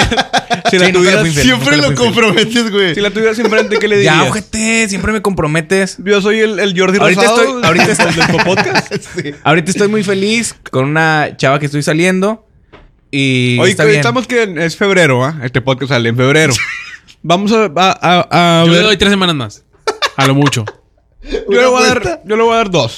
Si la Sí, nunca le tuvieras- fui infiel, nunca le Siempre lo fui infiel. comprometes, güey. Si la tuvieras enfrente, ¿qué le dirías? Ya, ojete, siempre me comprometes. Yo soy el, el Jordi Ahorita Rosado. estoy- ahorita estoy- del podcast. Ahorita estoy muy feliz con una chava que estoy saliendo. Y Hoy está bien. estamos que en- es febrero, ¿ah? Este podcast sale en febrero. Vamos a, a- a- a Yo le ver. doy tres semanas más. A lo mucho. yo, le voy a dar, yo le voy a dar dos.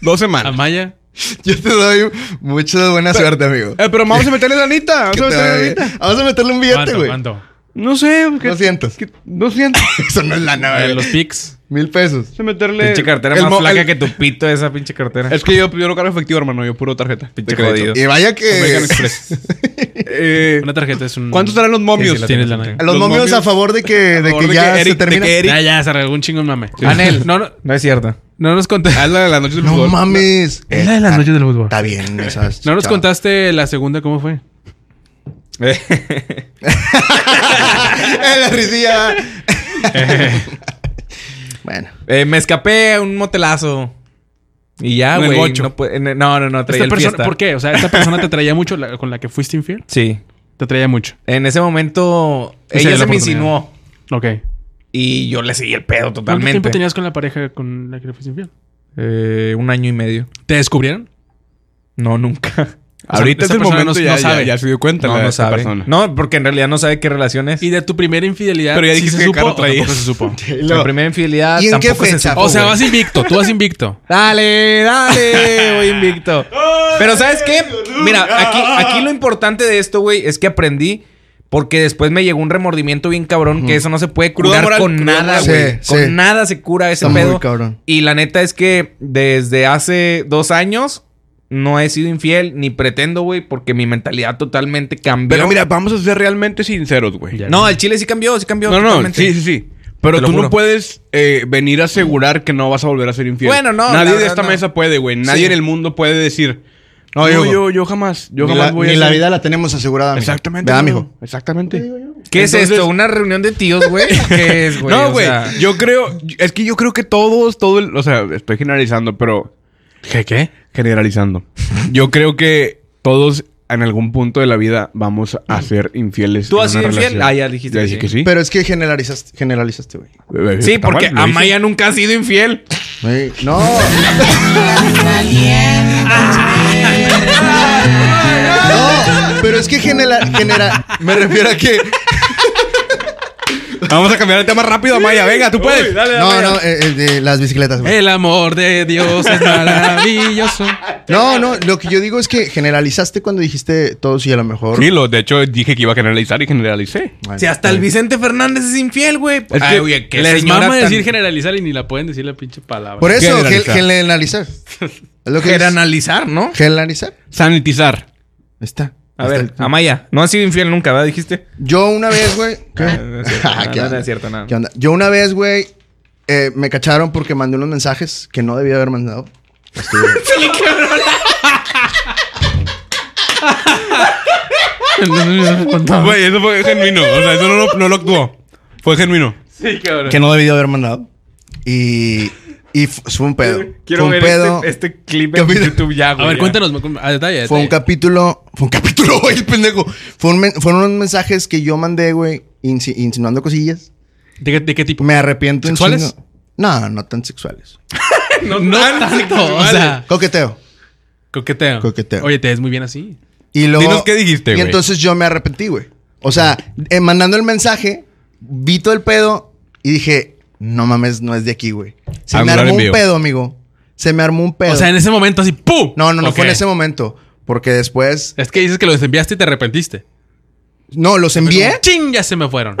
dos A semanas. Maya. Yo te doy mucha buena suerte, amigo. Eh, pero vamos a meterle lanita. Vamos Que a te meterle vaya bien. lanita. Vamos a meterle un billete, ¿Cuánto? güey. ¿Cuánto? No sé. ¿qué- 200. qué- 200. Eso no es lana, Eh, güey. los pics. Mil pesos. Vamos a meterle. Pinche cartera El más mo- flaca el- que tu pito, esa pinche cartera. Es que yo, yo no cargo efectivo, hermano. Yo puro tarjeta. Pinche de crédito. jodido. Y vaya que. American Express. Eh, Una tarjeta es un. ¿Cuántos serán los momios? Sí, sí, la tienes la nave. Los, momios, a favor de que, de favor que de ya que Eric- se de termina. que Eric- Ya, ya, se regó un chingo el mame. Anel. No, no, No es cierto. no nos contaste. Hazla Ah, de las noches del No fútbol. mames. la de las noches del fútbol. Está bien, esas. No nos chavas. contaste la segunda, ¿cómo fue? Eh, la risilla. bueno. Eh, me escapé a un motelazo. Y ya, En el güey. bocho. No, puede- en- no, no, no, traía Esta el persona, fiesta. ¿Por qué? O sea, esta persona te traía mucho, la- con la que fuiste infiel. Sí. Te traía mucho. En ese momento, Esa ella era la se me oportunidad. insinuó. Ok. Y yo le seguí el pedo ¿Cuánto tiempo totalmente. tenías con la pareja con la que fuiste infiel? Eh, un año y medio. ¿Te descubrieron? No, nunca. Ahorita esa es el persona momento, no- ya, no sabe. ya- ya se dio cuenta No, la no esta sabe. persona. No, porque en realidad no sabe qué relaciones. Y de tu primera infidelidad. Pero ya sí dijiste se que supo, Caro o traía. tampoco se supo. La primera infidelidad. ¿Y en qué tampoco se fecha? supo, O sea, güey. vas invicto, tú vas invicto. Dale, dale, voy invicto. Pero ¿sabes qué? Mira, aquí, aquí lo importante de esto, güey, es que aprendí porque después me llegó un remordimiento bien cabrón que eso no se puede Cruda curar moral, con cruda nada, moral. güey. Sí, con sí. nada se cura ese Está muy pedo. cabrón. Y la neta es que desde hace dos años no he sido infiel ni pretendo, güey, porque mi mentalidad totalmente cambió. Pero mira, vamos a ser realmente sinceros, güey. Ya. no, al Chile sí cambió, sí cambió. No, no, totalmente. sí, sí, sí. Pero Te lo tú no juro. puedes eh, venir a asegurar que no vas a volver a ser infiel. Bueno, no, la Nadie de verdad, esta no. mesa puede, güey. Nadie Sí. en el mundo puede decir. No, No, yo, yo- yo, yo jamás. Yo ni jamás la, voy ni a la ser- vida la tenemos asegurada, amigo. Exactamente. ¿Verdad, amigo? amigo? Exactamente. ¿Qué es Entonces- esto? ¿Una reunión de tíos, güey? ¿Qué es, güey? no, O güey. sea, Yo creo. Es que yo creo que todos, todo el. O sea, estoy generalizando, pero. ¿Qué? ¿Qué? Generalizando. Yo creo que todos en algún punto de la vida vamos a ser infieles. ¿Tú en has una sido infiel? relación. Ah, ya dijiste Ya que dije sí. que sí. Pero es que generalizaste, generalizaste, güey. Eh, Sí, está porque mal, lo a dije. Maya nunca ha sido infiel. Sí, No. no, pero es que genera, genera. Me refiero a que. Vamos a cambiar el tema rápido, Maya. Venga, tú puedes. No, no, eh, eh, de las bicicletas, güey. El amor de Dios es maravilloso. Eh, No, no, lo que yo digo es que generalizaste cuando dijiste todos y a lo mejor. Sí, lo, de hecho dije que iba a generalizar y generalicé. Bueno, Si hasta el Vicente Fernández es infiel, güey. Es que Ay, oye, qué Les señora mama tan- decir generalizar y ni la pueden decir la pinche palabra. Por eso, gel- Generalizar. generalizar. Es lo que es. Generalizar, ¿no? Generalizar. Sanitizar. Ahí Está. A Ahí ver, ah. está. Amaya, no has sido infiel nunca, ¿verdad? Dijiste. Yo una vez, güey. ¿Qué? No es cierto, Ah, no, ¿qué no, onda? no es cierto, no. ¿Qué onda? Yo una vez, güey, eh, me cacharon porque mandé unos mensajes que no debía haber mandado. Estuve- Pues, Güey, eso fue genuino. O sea, eso no, lo- no lo actuó. Fue genuino. Sí, cabrón. que no debía haber mandado. Y, y f- fue un pedo. fue un este pedo. este- clip en Capítulo- YouTube ya, A ver, cuéntanos a detalle. a Fue un Este. detalle. capítulo. Fue un capítulo, güey, el pendejo. Fue un men- fueron unos mensajes que yo mandé, güey, insi- insinuando cosillas. ¿De, qué- de qué tipo? Me arrepiento. un ¿Sexuales? chingo. No, no tan sexuales. No, tanto. O sea, Coqueteo. coqueteo. Coqueteo. Oye, te ves muy bien así. Y luego. Dinos qué dijiste, Y güey. entonces yo me arrepentí, güey. O sea, eh, mandando el mensaje, vi todo el pedo y dije, no mames, no es de aquí, güey. Se me Angular armó en un vivo. pedo, amigo. Se me armó un pedo. O sea, en ese momento así, ¡pum! No, no, no fue en Ok. ese momento. Porque después. Es que dices que los enviaste y te arrepentiste. No, los envié. ¡Ching! Ya se me fueron.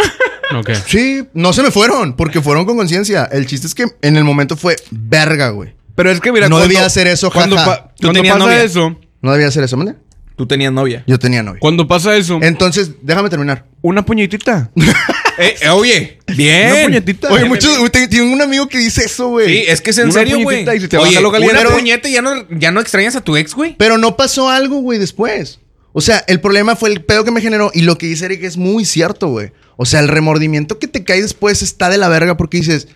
Ok. Sí, no se me fueron, porque fueron con conciencia. El chiste es que en el momento fue verga, güey. Pero es que mira, No cuando- debía hacer eso, Cuando, jaja. pa- Tú cuando tenías pasa novia. eso, No debía hacer eso, ¿mande? Tú tenías novia. Yo tenía novia. cuando pasa eso, Entonces, déjame terminar. una puñetita. Eh, eh, oye, bien. Una puñetita. Oye, muchos. usted- Tiene un amigo que dice eso, güey. Sí, es que es en Una serio, güey. puñetita y se te baja Oye, lo caliente. una puñeta y ya no, ya no extrañas a tu ex, güey. Pero no pasó algo, güey, después. O sea, el problema fue el pedo que me generó. Y lo que dice Eric es muy cierto, güey. O sea, el remordimiento que te cae después está de la verga porque dices.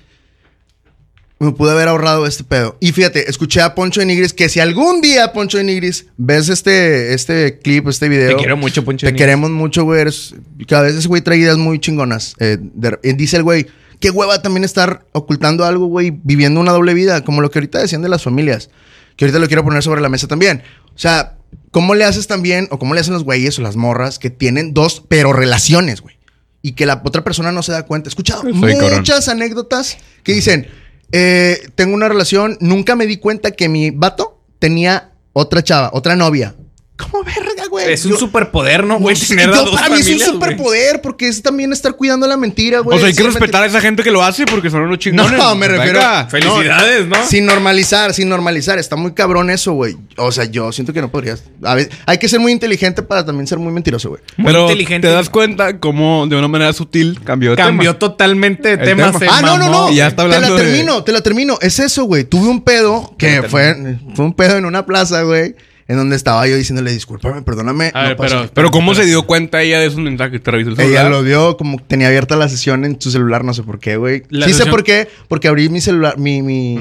me pude haber ahorrado este pedo. Y fíjate, escuché a Poncho de Nigris que si algún día, Poncho de Nigris, ves este, este clip, este video. Te quiero mucho, Poncho de Te Nigris. queremos mucho, güey. Eres- que a veces, güey, trae ideas muy chingonas. Eh, de- eh, dice el güey, qué hueva también estar ocultando algo, güey, viviendo una doble vida, como lo que ahorita decían de las familias. Que ahorita lo quiero poner sobre la mesa también. O sea, ¿cómo le haces también, o cómo le hacen los güeyes o las morras que tienen dos, pero relaciones, güey? Y que la otra persona no se da cuenta. He escuchado Estoy cabrón. muchas muchas anécdotas que dicen, eh, tengo una relación, nunca me di cuenta que mi vato tenía otra chava, otra novia. ¿Cómo verga, güey? Es un Yo- superpoder, ¿no, güey? yo- Tener a dos para mí es un familias, güey. superpoder porque es también estar cuidando la mentira, güey. o sea, hay que Siempre- respetar a esa gente que lo hace porque son unos chingones. No, me refiero Venga. a- Felicidades, ¿no? Sin normalizar, sin normalizar. Está muy cabrón eso, güey. O sea, yo siento que no podrías. A ver, hay que ser muy inteligente para también ser muy mentiroso, güey. Muy Pero inteligente. te das cuenta cómo de una manera sutil cambió de Cambió tema. totalmente de El tema. tema. se Ah, no, no, mamó. no. Y ya está hablando te de- la termino, te la termino. Es eso, güey. Tuve un pedo que fue, fue un pedo en una plaza, güey. En donde estaba yo diciéndole, discúlpame, perdóname. A ver, pasó". pero- Pero cómo se dio cuenta ella de esos mensajes te revisó el Ella celular? lo vio, como que tenía abierta la sesión en su celular, no sé por qué, güey. La Sí sé sesión- por qué, porque abrí mi celular, mi, mi,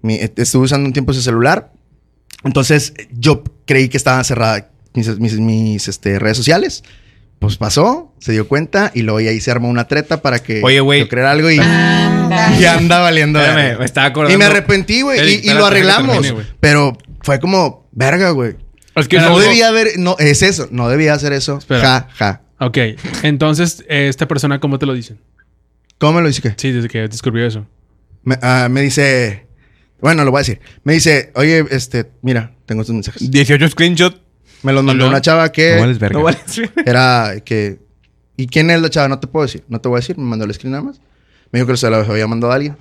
mi- eh, estuve usando un tiempo ese celular. Entonces, eh, yo creí que estaban cerradas mis, mis- mis, este, redes sociales. Pues pasó, se dio cuenta y luego y ahí se armó una treta para que Oye, güey. yo creara algo y, y anda valiendo. Espérame, verga. me estaba acordando. Y me arrepentí, güey, Eric, y- y, espérate, déjame lo que arreglamos. termine, güey. pero fue como, verga, güey. Es que No no debía haber, no, es eso, no debía hacer eso. Espera. Ja, ja. Ok, entonces, eh, esta persona, ¿cómo te lo dicen? ¿Cómo me lo dice que? Sí, desde que descubrió eso. Me, ah, me dice, bueno, lo voy a decir. Me dice, oye, este, mira, tengo estos mensajes. 18 screenshots. Me los mandó una chava que No vales- era que, ¿y quién es la chava? No te puedo decir, no te voy a decir. Me mandó el screen nada más. Me dijo que se lo había mandado a alguien.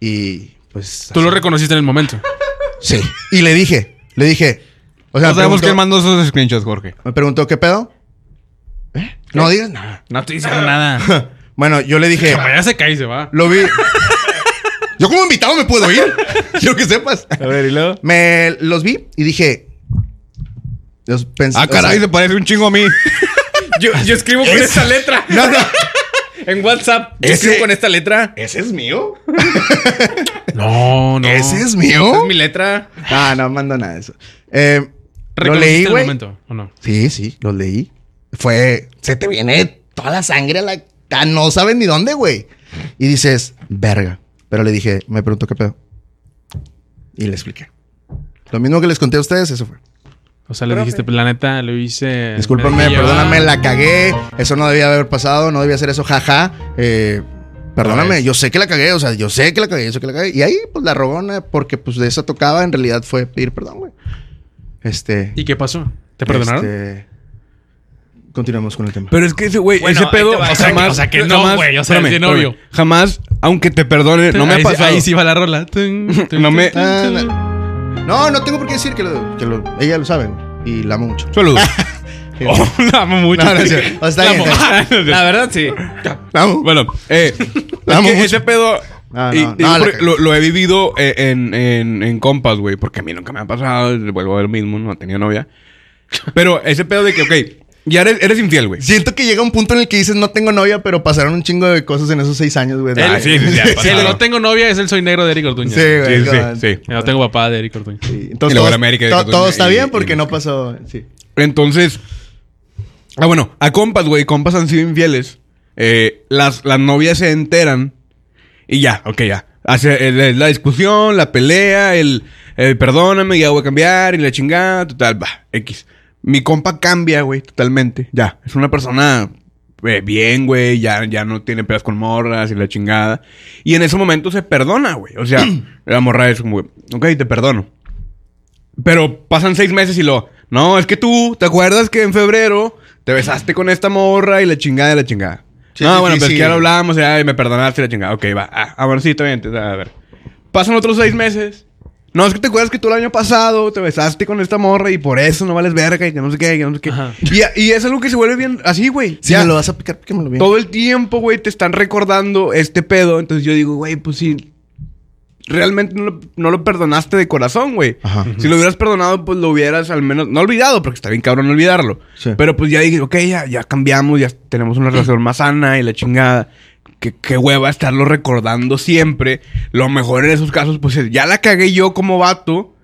Y pues. Tú lo así. reconociste en el momento. Sí. Y le dije, le dije. O sea, me No sabemos preguntó, quién mandó esos screenshots, Jorge. me preguntó, ¿qué pedo? ¿Eh? No digas nada. No estoy diciendo nada. Bueno, yo le dije, Ya se cae y se va. lo vi. Yo como invitado me puedo ir. Quiero que sepas. A ver, y luego. Me los vi y dije. Los pensé, Ah, o sea, caray, se parece un chingo a mí. Yo, yo escribo con esta letra. no, no. En WhatsApp. Yo Ese- escribo con esta letra. ¿Ese es mío? No, no. ¿Ese es Esta mío? es mi letra. Ah, no mando nada de eso. Eh, lo ¿Reconociste leí, en el güey. momento o no? Sí, sí, lo leí. Fue. Se te viene toda la sangre a la. a no sabes ni dónde, güey. Y dices, verga. Pero le dije, me preguntó qué pedo. Y le expliqué. Lo mismo que les conté a ustedes, eso fue. O sea, le dijiste, pues, la neta, lo hice. me Discúlpame, dejé perdóname, llevar. la cagué. Eso no debía haber pasado, no debía hacer eso, jaja. Eh, perdóname, yo sé que la cagué, o sea, yo sé que la cagué, yo sé que la cagué. Y ahí, pues la rogona, porque pues de esa tocaba, en realidad fue pedir perdón, güey. Este. ¿Y qué pasó? ¿Te perdonaron? este, continuamos con el tema. Pero es que ese güey, Bueno, ese ahí pedo, te va, o sea, ahí te va. jamás, O sea, que no, jamás- güey, o sea, espérame, es de novio. espérame. Jamás, aunque te perdone, no me ha Ahí sí- pasado. Ahí sí va la rola. Tun, tun, No me- tun, tun, tun. Ah, No, no tengo por qué decir que, lo- que lo- ella lo sabe, güey, y la amo mucho. Saludos. Sí. Oh, la amo mucho. No, no es cierto. O sea, está bien, está bien. La verdad, sí. La amo. Bueno, eh, La es amo que mucho. ese pedo. No, y- no, y no, la yo por- e-, cagué. lo, lo he vivido eh, en, en, en compas, güey, porque a mí nunca me ha pasado. Vuelvo a ver mismo, no he tenido novia. Pero ese pedo de que, ok, ya eres, eres infiel, güey. Siento que llega un punto en el que dices, no tengo novia, pero pasaron un chingo de cosas en esos seis años, güey. Ah, sí, sí, sí, ha Si el pasado. no tengo novia es el soy negro de Eric Ortuña. Sí, güey. Sí, sí, no, sí. El No tengo papá de Eric Ortuña. Sí, Y Entonces, luego todo, la América, to- que tú- todo está y- bien y- porque y- no pasó. Sí. Entonces. Ah, bueno, a compas, güey. Compas han sido infieles. Eh, las, las novias se enteran. Y ya, ok, ya. Hace el- el- la discusión, la pelea, el, el perdóname, ya voy a cambiar y la chingada, total, va, X. Mi compa cambia, güey, totalmente. Ya, es una persona eh, bien, güey, ya, ya no tiene pedas con morras y la chingada. Y en ese momento se perdona, güey. O sea, la morra es como, ok, te perdono. Pero pasan seis meses y lo. No, es que tú, ¿te acuerdas que en febrero te besaste con esta morra y la chingada y la chingada? Sí, no, sí, bueno, sí, pero es sí. que ya lo hablábamos, ya, y me perdonaste y la chingada. Ok, va. Ah, ah, bueno, sí, está bien. te- A ver. Pasan otros seis meses. No, es que te acuerdas que tú el año pasado te besaste con esta morra y por eso no vales verga y que no sé qué, que no sé qué. Ajá. Y, y es algo que se vuelve bien así, güey. Si Ya. me lo vas a picar, pícamelo bien. Todo el tiempo, güey, te están recordando este pedo. Entonces yo digo, güey, pues sí. Realmente no lo, no lo perdonaste de corazón, güey. Ajá. Si lo hubieras perdonado, pues lo hubieras al menos. No olvidado, porque está bien cabrón olvidarlo. Sí. Pero pues ya dije, ok, ya, ya cambiamos, ya tenemos una relación más sana y la chingada. que qué hueva estarlo recordando siempre. Lo mejor en esos casos, pues es, ya la cagué yo como vato.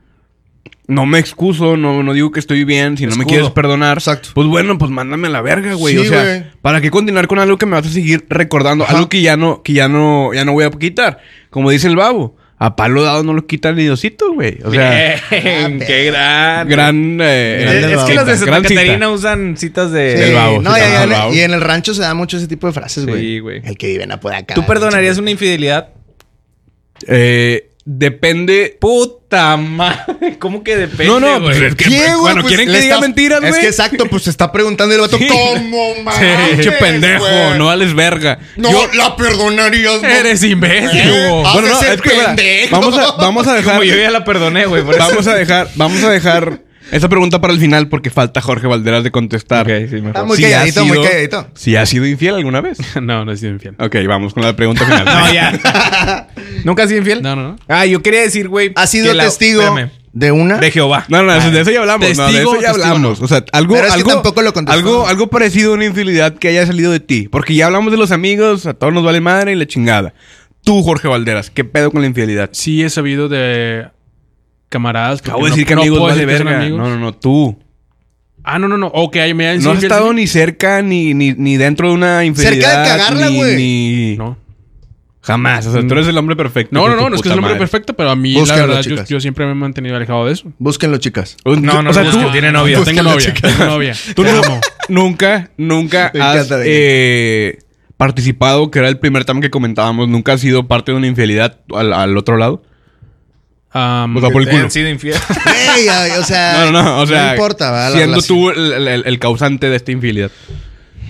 No me excuso, no, no digo que estoy bien. Si no me Escudo. quieres perdonar, Exacto. pues bueno, pues mándame a la verga, güey. Sí, o sea, güey. ¿para qué continuar con algo que me vas a seguir recordando? Ajá. Algo que ya no, que ya no, ya no voy a quitar. Como dice el babo, a palo dado no lo quita ni Diosito, güey. O sea, Ah, Bien, ¡Qué gran! gran. eh, Grande Es que Cita, los de Santa gran cita. Catarina usan citas de... Sí, del babo, no, sí, y, del y en- babo. y en el rancho se da mucho ese tipo de frases, güey. Sí, güey. El que vive en Apodaca. ¿Tú perdonarías una infidelidad? Eh, depende. ¡Puta madre! ¿Cómo que depende, No, no, güey? pues es que. ¿Qué, güey? bueno, Pues, quieren le que diga estás- mentiras, güey. Es que exacto, pues se está preguntando y el vato, Sí. ¿cómo, man? Pinche pendejo, no vales verga. No, Yo- la perdonarías, no. Eres imbécil, Eh, güey. ah, Bueno, no, ese es que, mira, pendejo. vamos a, vamos a dejar. Como yo ya la perdoné, güey. por eso. Vamos a dejar, vamos a dejar esa pregunta para el final porque falta Jorge Valderas de contestar. Ok, sí, mejor. Está muy Si ha calladito, muy sido- calladito. Si ha sido infiel alguna vez. No, no he sido infiel. Ok, vamos con la pregunta final. no, ya. ¿Nunca has sido infiel? No, no, no. Ah, yo quería decir, güey... Ha sido que la- testigo Espérame. de una. De Jehová. No, no, eso- de Ah, eso ya hablamos. no, de Testigo, eso ya testigo, hablamos. O sea, algo, Pero es que algo, tampoco lo contestó. algo, algo parecido a una infidelidad que haya salido de ti. Porque ya hablamos de los amigos, a todos nos vale madre y la chingada. Tú, Jorge Valderas, ¿qué pedo con la infidelidad? Sí he sabido de camaradas. porque Acabo de no- Ah, decir que no amigos puedo vale decir que son verga. amigos. No, no, no, tú. Ah, no, no, no. Ok, me han No has estado ni cerca ni, ni, ni dentro de una infidelidad. cagarla, ni- güey. ni- No. Jamás. O sea, tú eres el hombre perfecto. No, no, hijo no, de no es que puta es un hombre madre. perfecto, pero a mí, Búsquenlo, la verdad, yo, chicas. yo siempre me he mantenido alejado de eso. Búsquenlo, chicas. No, no, o sea, no, tú, no, tiene novia. Yo tengo Búsquenlo, novia, chicas. tengo novia. tú Te nu- amo. nunca, nunca Me has encanta, eh, participado, que era el primer tema que comentábamos. Nunca has sido parte de una infidelidad al, al otro lado. Am, O sea, por el ¿Te culo. han sido infiel? Ey, ay, o sea. No, no, no. O sea, No importa, ¿verdad? La siendo relación. tú el, el- el causante de esta infidelidad.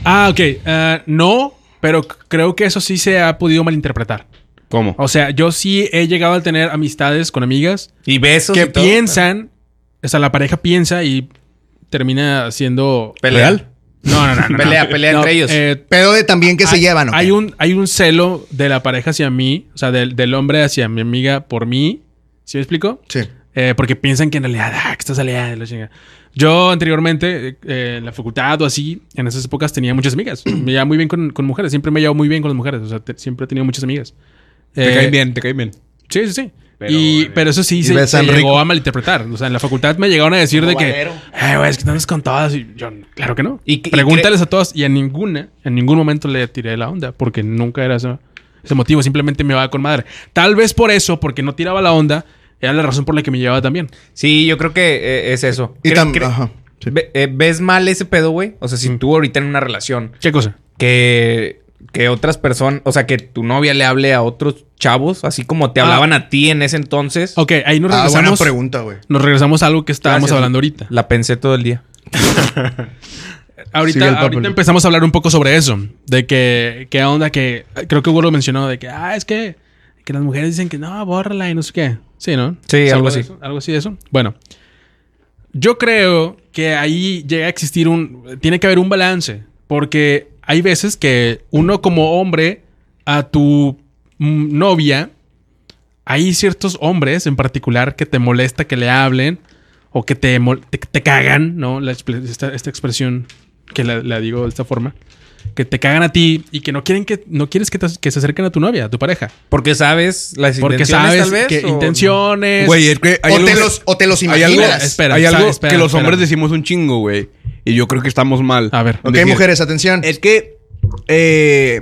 ah, ok. eh, no, pero c- creo que eso sí se ha podido malinterpretar. ¿Cómo? O sea, yo sí he llegado a tener amistades con amigas Y besos que y todo. piensan, o sea, la pareja piensa y termina siendo... Pelea. ¿Real? No, no, no. no, no. Pelea, pelea No, entre ellos. eh, Pero de también que se hay- llevan, ¿ok? Hay un, hay un celo de la pareja hacia mí, o sea, del, del hombre hacia mi amiga por mí. ¿Sí me explico? Sí. Ah, Eh, porque piensan que en realidad, ah, que estás aliada de la chingada. Yo anteriormente, eh, eh, en la facultad o así, en esas épocas tenía muchas amigas. Me llevaba muy bien con, con mujeres. Siempre me he llevado muy bien con las mujeres. O sea, te- siempre he tenido muchas amigas. Te Eh, caen bien, te caen bien. Sí, sí, sí. Pero, Pero, eh, y, pero eso sí y se, besan se llegó rico. a malinterpretar. O sea, en la facultad me llegaron a decir de que... Valero. "Ay, güey, es que te andas con todas. Y yo, claro que no. Y que- y Pregúntales a todas. Y a ninguna, en ningún momento le tiré la onda. Porque nunca era ese, ese motivo. Simplemente me iba con madre. Tal vez por eso, porque no tiraba la onda, era la razón por la que me llevaba también. Sí, yo creo que eh, es eso. Y Cre- tam- cre- ajá, sí. Mm. ve- eh, ¿Ves mal ese pedo, güey? O sea, si tú ahorita en una relación ¿Qué cosa? que, que otras personas, o sea, que tu novia le hable a otros chavos, así como te Ah. hablaban a ti en ese entonces, Ok, ahí nos Ah, buena regresamos. pregunta, güey. nos regresamos a algo que estábamos Gracias. hablando ahorita. la pensé todo el día. Sigue el Ahorita, papel. ahorita empezamos a hablar un poco sobre eso. De que, qué onda que. Creo que Hugo lo mencionó, de que, ah, es que, que las mujeres dicen que no, bórrala y no sé qué. Sí, ¿no? Sí, ¿Es algo de así. eso? Algo así de eso. Bueno, yo creo que ahí llega a existir un. Tiene que haber un balance. Porque hay veces que uno, como hombre, a tu mm, novia, hay ciertos hombres en particular que te molesta que le hablen o que te, mol- te, te cagan, ¿no? La expre- esta, esta expresión que la, la digo de esta forma. Que te cagan a ti y que no quieren que no quieres que, te- que se acerquen a tu novia, a tu pareja. Porque sabes las Porque intenciones, sabes tal vez. que o- intenciones. Güey, es que hay O algo te, que- los, o te los Hay algo, imaginas. espera. hay algo espera, que los hombres espérame. decimos un chingo, güey. Y yo creo que estamos mal. A ver. ok, Decir, mujeres, atención. Es que eh,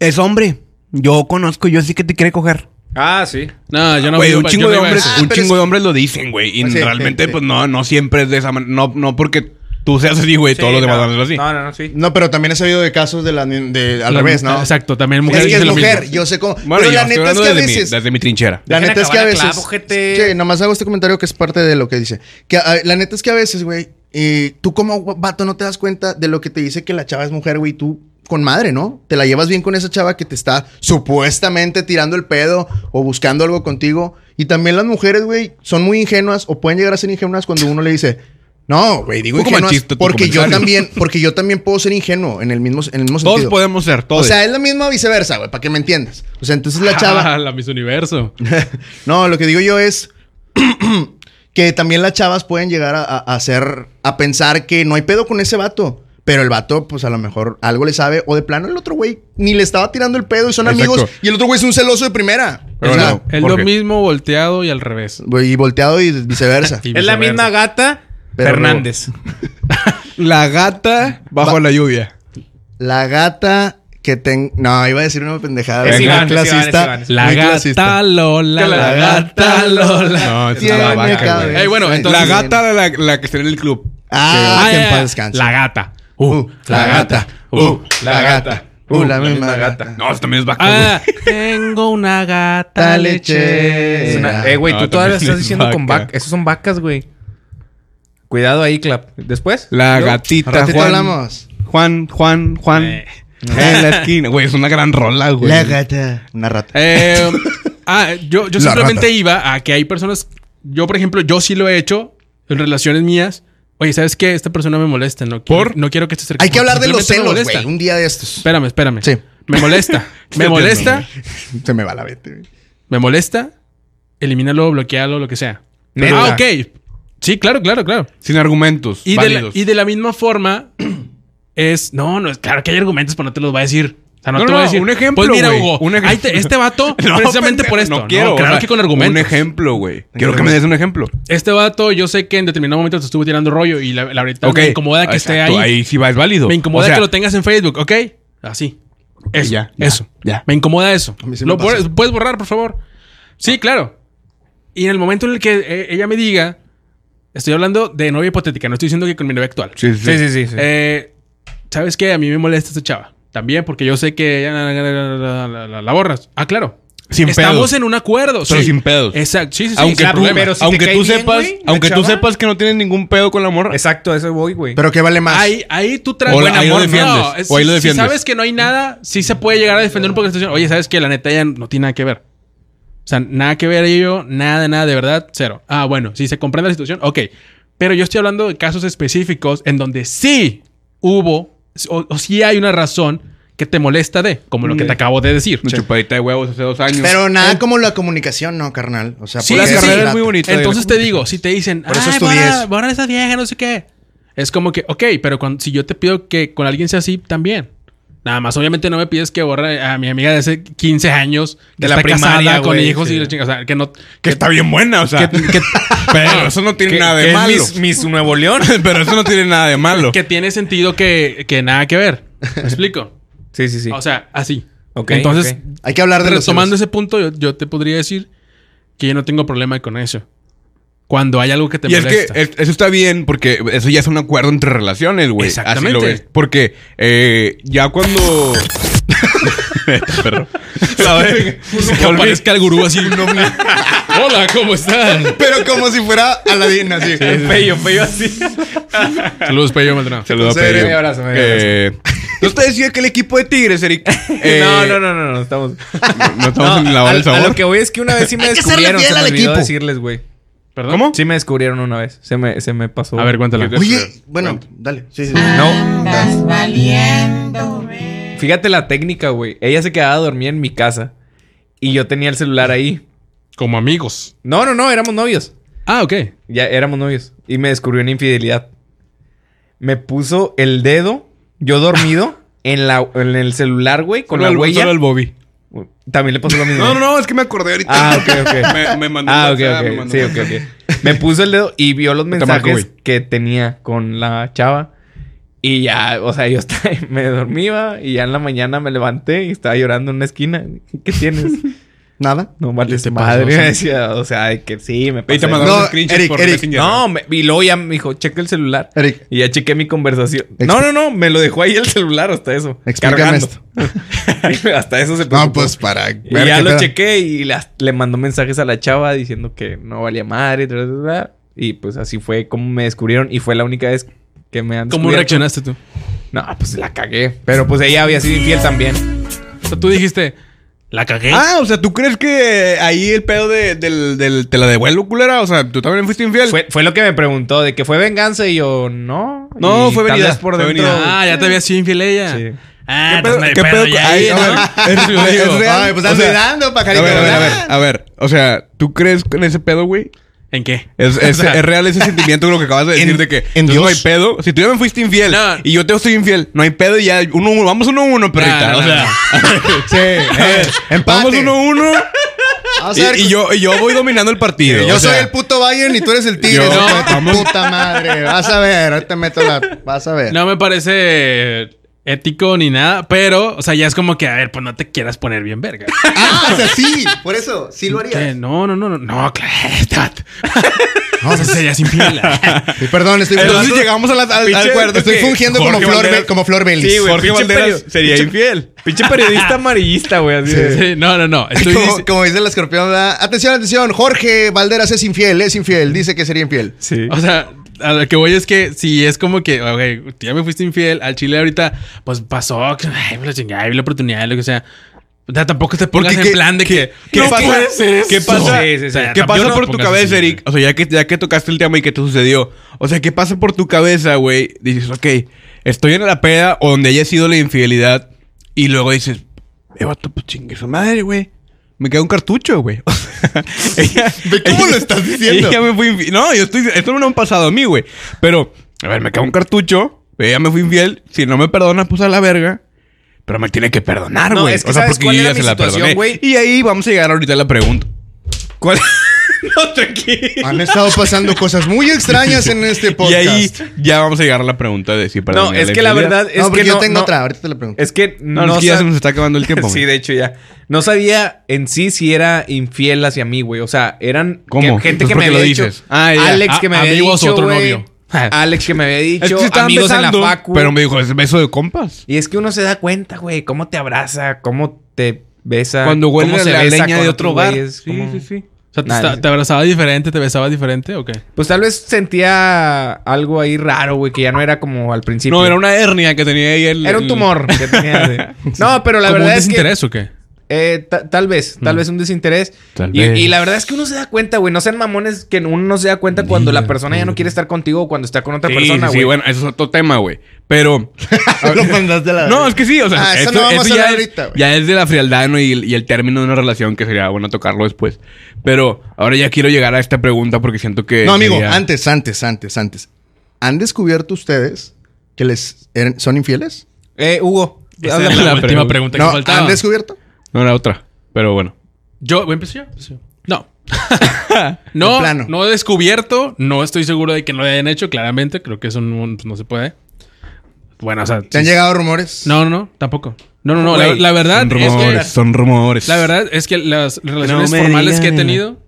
es hombre. Yo conozco, yo sí que te quiere coger. Ah, sí. No, yo no Güey, yo un no- chingo yo de no iba a hombres, decir- un pero chingo es- de hombres lo dicen, güey. Y Pues sí, realmente, sí, sí. pues no, no siempre es de esa manera. No, no porque tú seas así, güey, todos Sí, los demás no. van a ser así. No, no, no, sí. No, pero también he sabido de casos de, la, de al La- revés, ¿no? Exacto, también mujeres Es que es dicen lo mujer, mismo. yo sé cómo. Bueno, pero yo la estoy neta es hablando que a desde, mi, veces. desde mi trinchera. La Dejen neta es que a acabar el veces. clavo, gente. Sí, nomás hago este comentario que es parte de lo que dice. Que a- la neta es que a veces, güey, eh, tú como vato no te das cuenta de lo que te dice que la chava es mujer, güey, tú con madre, ¿no? Te la llevas bien con esa chava que te está supuestamente tirando el pedo o buscando algo contigo. Y también las mujeres, güey, son muy ingenuas o pueden llegar a ser ingenuas cuando uno le dice. No, güey, digo Un poco ingenuas machista tu porque yo comentario. también, porque yo también puedo ser ingenuo en el mismo, en el mismo Todos sentido. podemos ser, todos. O sea, es la misma viceversa, güey, para que me entiendas. O sea, entonces la chava, Ah, la Miss Universo. no, lo que digo yo es que también las chavas pueden llegar a, a- a hacer, a pensar que no hay pedo con ese vato. Pero el vato, pues a lo mejor algo le sabe. O de plano el otro güey ni le estaba tirando el pedo y son Exacto. amigos. Y el otro güey es un celoso de primera. Pero O sea, bueno. Es ¿Por lo qué? mismo volteado y al revés. güey, Y volteado y viceversa. Y Es viceversa. la misma gata Pero Fernández. La gata bajo Ba- la lluvia. La gata que ten... No, iba a decir una pendejada. Es muy Iván, es Iván, es clasista. Iván, es La muy gata clasista. Lola. La La gata Lola. No, esa es Tiene la vaca, güey. cabeza. Ey, bueno, entonces- La gata, la, la que está en el club. Ah, que en ya, paz ya. descanse. La gata. Uh, la gata. Uh, la gata. Uh, la misma gata. No, esa también es vaca. güey. Ah, tengo una gata Ta Es una- leche. eh, güey, No, tú todavía también estás es diciendo con vaca. vacas. Esos son vacas, güey. Cuidado ahí, Clap. Después. La Luego- gatita, Ratito Juan. hablamos. Juan, Juan, Juan. Eh. En la esquina. Güey, es una gran rola, güey. La gata. Pues, Una rata. Eh, ah, yo, yo La simplemente rata. iba a que hay personas. Yo, por ejemplo, yo sí lo he hecho en relaciones mías. Oye, ¿sabes qué? Esta persona me molesta. No quiero, ¿Por? No quiero que estés cerca. Hay que hablar de los Simplemente me celos, molesta. güey. Un día de estos. Espérame, espérame. Sí. Me molesta. me entiendo, molesta. Se me va la vete. güey. me molesta. Elimínalo, bloquealo, lo que sea. Neta. ah, ok. Sí, claro, claro, claro. Sin argumentos. Y de, la, válidos. y de la misma forma es... No, no, es claro que hay argumentos, pero no te los va a decir. O sea, no, No, te voy a no, decir. un ejemplo, Pues mira, güey, Hugo, un ej- ahí te- este vato, No, precisamente pendejo, por esto. No quiero. ¿no? Claro o sea, que con argumentos. Un ejemplo, güey. Quiero que me des un ejemplo. Este vato, yo sé que en determinado momento te estuvo tirando rollo y la, la verdad Ok. me incomoda que esté ahí. Exacto, Ahí sí va, es válido. Me incomoda O sea, que lo tengas en Facebook, ¿ok? Así. Eso. ya, ya, eso. ya. Me incomoda eso. A mí sí me Lo pasa. puedes, puedes borrar, por favor. Sí, Ah. claro. Y en el momento en el que eh, ella me diga, estoy hablando de novia hipotética, no estoy diciendo que con mi novia actual. Sí, sí, sí. Sí, sí, sí. sí. Eh, ¿Sabes qué? A mí me molesta esta chava. También porque yo sé que ella la, la- la- la- la- la borras. Ah, claro. Sin Estamos pedos. en un acuerdo. Pero sí. sin pedos. Exacto. Sí, sí, sí. aunque sin tú, problema. pero si te aunque cae tú bien, sepas, güey, la aunque tú chava. sepas que no tienes ningún pedo con la morra. Exacto, eso voy, güey. Pero ¿qué vale más? Ahí, ahí tú traes O la- buen ahí lo amor. defiendes, No, es- o ahí lo si- si defiendes. sabes que no hay nada, sí se puede llegar a defender un poco la situación. Oye, ¿sabes que La neta ya no tiene nada que ver. O sea, nada que ver yo, nada, nada, de verdad, cero. Ah, bueno, si se comprende la situación, ok. Pero yo estoy hablando de casos específicos en donde sí hubo o, o sí hay una razón que te molesta de, como lo que te acabo de decir. Una chupadita de huevos hace dos años. Pero nada como la comunicación, no, carnal. O sea, Sí, porque sí, se sí. trata. Es muy bonito. Entonces te digo, si te dicen, Por eso ay, estudié borra, eso". borra esa vieja, no sé qué. Es como que, ok, pero cuan- si yo te pido que con alguien sea así, también. Nada más, obviamente no me pides que borre a mi amiga de hace 15 años, que De la está primaria, casada con güey, hijos sí. y la chingada. O sea, que no. que está bien buena, o sea. pero eso no tiene Que- nada que de es malo. Miss, Miss Nuevo León. pero eso no tiene nada de malo. Que tiene sentido que, que nada que ver. ¿Me explico? Sí, sí, sí. O sea, así. Ok, Entonces, ok. Hay que hablar de los retomando celos. ese punto, yo, yo te podría decir que yo no tengo problema con eso. Cuando hay algo que te y es molesta. que es- eso está bien porque eso ya es un acuerdo entre relaciones, güey. Así Exactamente. lo ves. Porque eh, ya cuando... Perro. ¿Sabes? Que aparezca el gurú así. Hola, ¿cómo están? Pero como si fuera Aladín, así. Pello, pello así. Saludos, Pello Maldonado. Saludos a Entonces, Pedro. medio abrazo, medio Eh, ¿no usted decía que el equipo de Tigres, Eric. Eh, no, no, no, no, no, estamos. No estamos No, en la hora a, del a sabor. lo que voy es que una vez sí me Hay que serle descubrieron. fiel Se me al olvidó equipo. decirles, güey. ¿Perdón? ¿Cómo? Sí me descubrieron una vez. Se me, se me pasó. A ver, cuéntala. Oye, bueno, dale. Sí, sí. Ah, No. Fíjate la técnica, güey. Ella se quedaba dormida en mi casa. Y yo tenía el celular ahí. Como amigos. No, no, no, éramos novios. Ah, ok. Ya éramos novios. Y me descubrió una infidelidad. Me puso el dedo, yo dormido, en, la, en el celular, güey, con Solo la al- huella. solo al Bobby. También le pasó lo mismo. No, no, no, es que me acordé ahorita. Ah, ok, ok. Me, me mandó Ah, un ok, WhatsApp, me ok. mandó Sí, un ok, ok. Me puso el dedo y vio los Te marco, mensajes güey. que tenía con la chava. Y ya, o sea, yo estaba- me dormía y ya en la mañana me levanté y estaba llorando en una esquina. ¿Qué tienes? Nada. No vales te madre. pasó? me decía, o sea, de que sí, me Este Y te pasé. mandaron No, screenshots Eric, por Eric, Messenger. No, me- y luego ya me dijo, checa el celular. Eric. Y ya chequé mi conversación. No, no, no, me lo dejó ahí el celular hasta eso. Explícame esto. hasta eso se No, preocupó. pues para. Y ya lo chequé y las- le mandó mensajes a la chava diciendo que no valía madre. tra, tra, tra. Y pues así fue como me descubrieron y fue la única vez que me han ¿Cómo descubierto. reaccionaste tú? No, pues la cagué. Pero pues ella había sido infiel también. O sea, tú dijiste, la cagué. Ah, o sea, ¿tú crees que ahí el pedo de, del, del- te la devuelvo, culera? O sea, ¿tú también fuiste infiel? Fue, fue lo que me preguntó, de que fue venganza y yo, no. No, Y fue tal vanidad, vez por fue dentro. vanidad. Ah, ya te había sido infiel ella. Sí. Ah, ¿Qué pedo- entonces no hay qué pedo pedo ya con- ay, ahí, a ¿no? ver, es real, es real. Ay, pues O estás sea, dando, A pajarito. ver, a ver, a ¿verdad? ver, a ver. O sea, ¿tú crees en ese pedo, güey? ¿En qué? Es, es- O sea, es real ese sentimiento de lo que acabas de decir en- de que en entonces no hay Dios. pedo. Si tú ya me fuiste infiel No. y yo te soy infiel, no hay pedo y ya uno a uno, vamos uno a uno, perrita. no, o no, sea, Sí, eh, empate. vamos uno a uno Vamos a ver- y, y yo, y yo voy dominando el partido. Yo o sea, soy el puto Bayern y tú eres el Tigre. Yo- hijo de No, tu Puta madre. Vas a ver, ahorita meto la. Vas a ver. no me parece ético ni nada, pero, o sea, ya es como que, a ver, pues no te quieras poner bien verga. Ah, o sea, sí. Por eso, sí lo ¿Qué? harías. No, no, no, no, no, claro. No, o sea, serías infiel. Sí, perdón, estoy Entonces fungiendo- llegamos a la- al, al Pinche- acuerdo Estoy que fungiendo como Jorge Flor, Valderas- Be- como Flor Belis. Sí, güey. Jorge pinche Valderas peri- sería pinche- infiel. Pinche periodista amarillista, güey. así de- Sí, no, no, no. Estoy como, dic- como dice el escorpión, ¿verdad? atención, atención, Jorge Valderas es infiel, es infiel, dice que sería infiel. Sí. O sea, a lo que voy es que si es como que, ok, tú ya me fuiste infiel al Chile ahorita, pues pasó, que, ay, me la chingada, vi la oportunidad, lo que sea. O sea, tampoco te pongas Porque en qué- plan de que, ¿Qué no pasa? puede ser eso. ¿Qué pasa? Sí, sí, sí. O sea, ¿Qué tampoco pasa no por te tu pongas cabeza, así, Eric? O sea, ya que, ya que tocaste el tema y que te sucedió. O sea, ¿qué pasa por tu cabeza, güey? Dices, ok, estoy en la peda o donde haya sido la infidelidad. Y luego dices, eh, vato, pues chingue su madre, güey. Me queda un cartucho, güey. O sea, ella- ¿Cómo lo estás diciendo? Ella me fue infiel. No, yo estoy. Esto no me ha pasado a mí, güey. Pero, a ver, me queda un cartucho. Ella me fue infiel. Si no me perdona, pues a la verga. Pero me tiene que perdonar, No, güey. es que ¿sabes cuál era mi situación, perdoné. güey? Y ahí vamos a llegar ahorita a la pregunta. ¿Cuál? No, tranquilo. Han estado pasando cosas muy extrañas en este Y podcast. ahí ya vamos a llegar a la pregunta de si No, perdoné es que la infidelidad. verdad es no, porque que yo no- tengo no- otra, ahorita te la pregunto. Es que No, no, es que ya sab- se nos está acabando el tiempo. Sí, güey. de hecho ya. No sabía en sí si era infiel hacia mí, güey. O sea, eran ¿Cómo? que- gente Entonces, que ¿por me qué lo había dicho. dices? Ah, ya. Alex A- que me había amigos o dicho, otro güey. novio. Alex que me había Es dicho, que se estaban amigos en besando, la facu. Pero me dijo, es beso de compas. Y es que uno se da cuenta, güey, cómo te abraza, cómo te besa, Cuando cómo huele la besa leña con de otros otro bar. güeyes, cómo- O sea, te, Nah, esta- no. te abrazaba diferente, te besaba diferente, ¿o qué? Pues tal vez sentía algo ahí raro, güey, que ya no era como al principio. No, era una hernia que tenía ahí el. Era un tumor que tenía, güey. No, pero la ¿Como verdad un es que desinterés o qué? Eh, ta- tal vez, tal vez un desinterés. Mm. Tal y, vez. y la verdad es que uno se da cuenta, güey. No sean mamones que uno no se da cuenta cuando la persona ya no quiere estar contigo o cuando está con otra Sí, persona, sí, güey. sí, bueno, eso es otro tema, güey. Pero. lo mandaste a la No, es que sí, o sea, Ah, eso esto- no vamos esto a ya, hablar es, ahorita, güey. ya es de la frialdad ¿no? y, y el término de una relación que sería bueno tocarlo después. Pero ahora ya quiero llegar a esta pregunta porque siento que. No, amigo, sería- antes, antes, antes, antes. ¿Han descubierto ustedes que les eran- son infieles? Eh, Hugo, Esa hazle era la- la, pregunta. última pregunta que No, faltaba. ¿han descubierto? No era otra, pero bueno. Yo, ¿voy a empezar yo? Sí. No. no, De plano. no he descubierto. No estoy seguro de que no lo hayan hecho, claramente. Creo que eso no, no se puede. Bueno, o sea. ¿Te han sí- llegado rumores? No, no, no, tampoco. No, no, no. La, Güey, la verdad son es rumores, que. son rumores. La verdad es que las relaciones me formales digan, que he eh. tenido.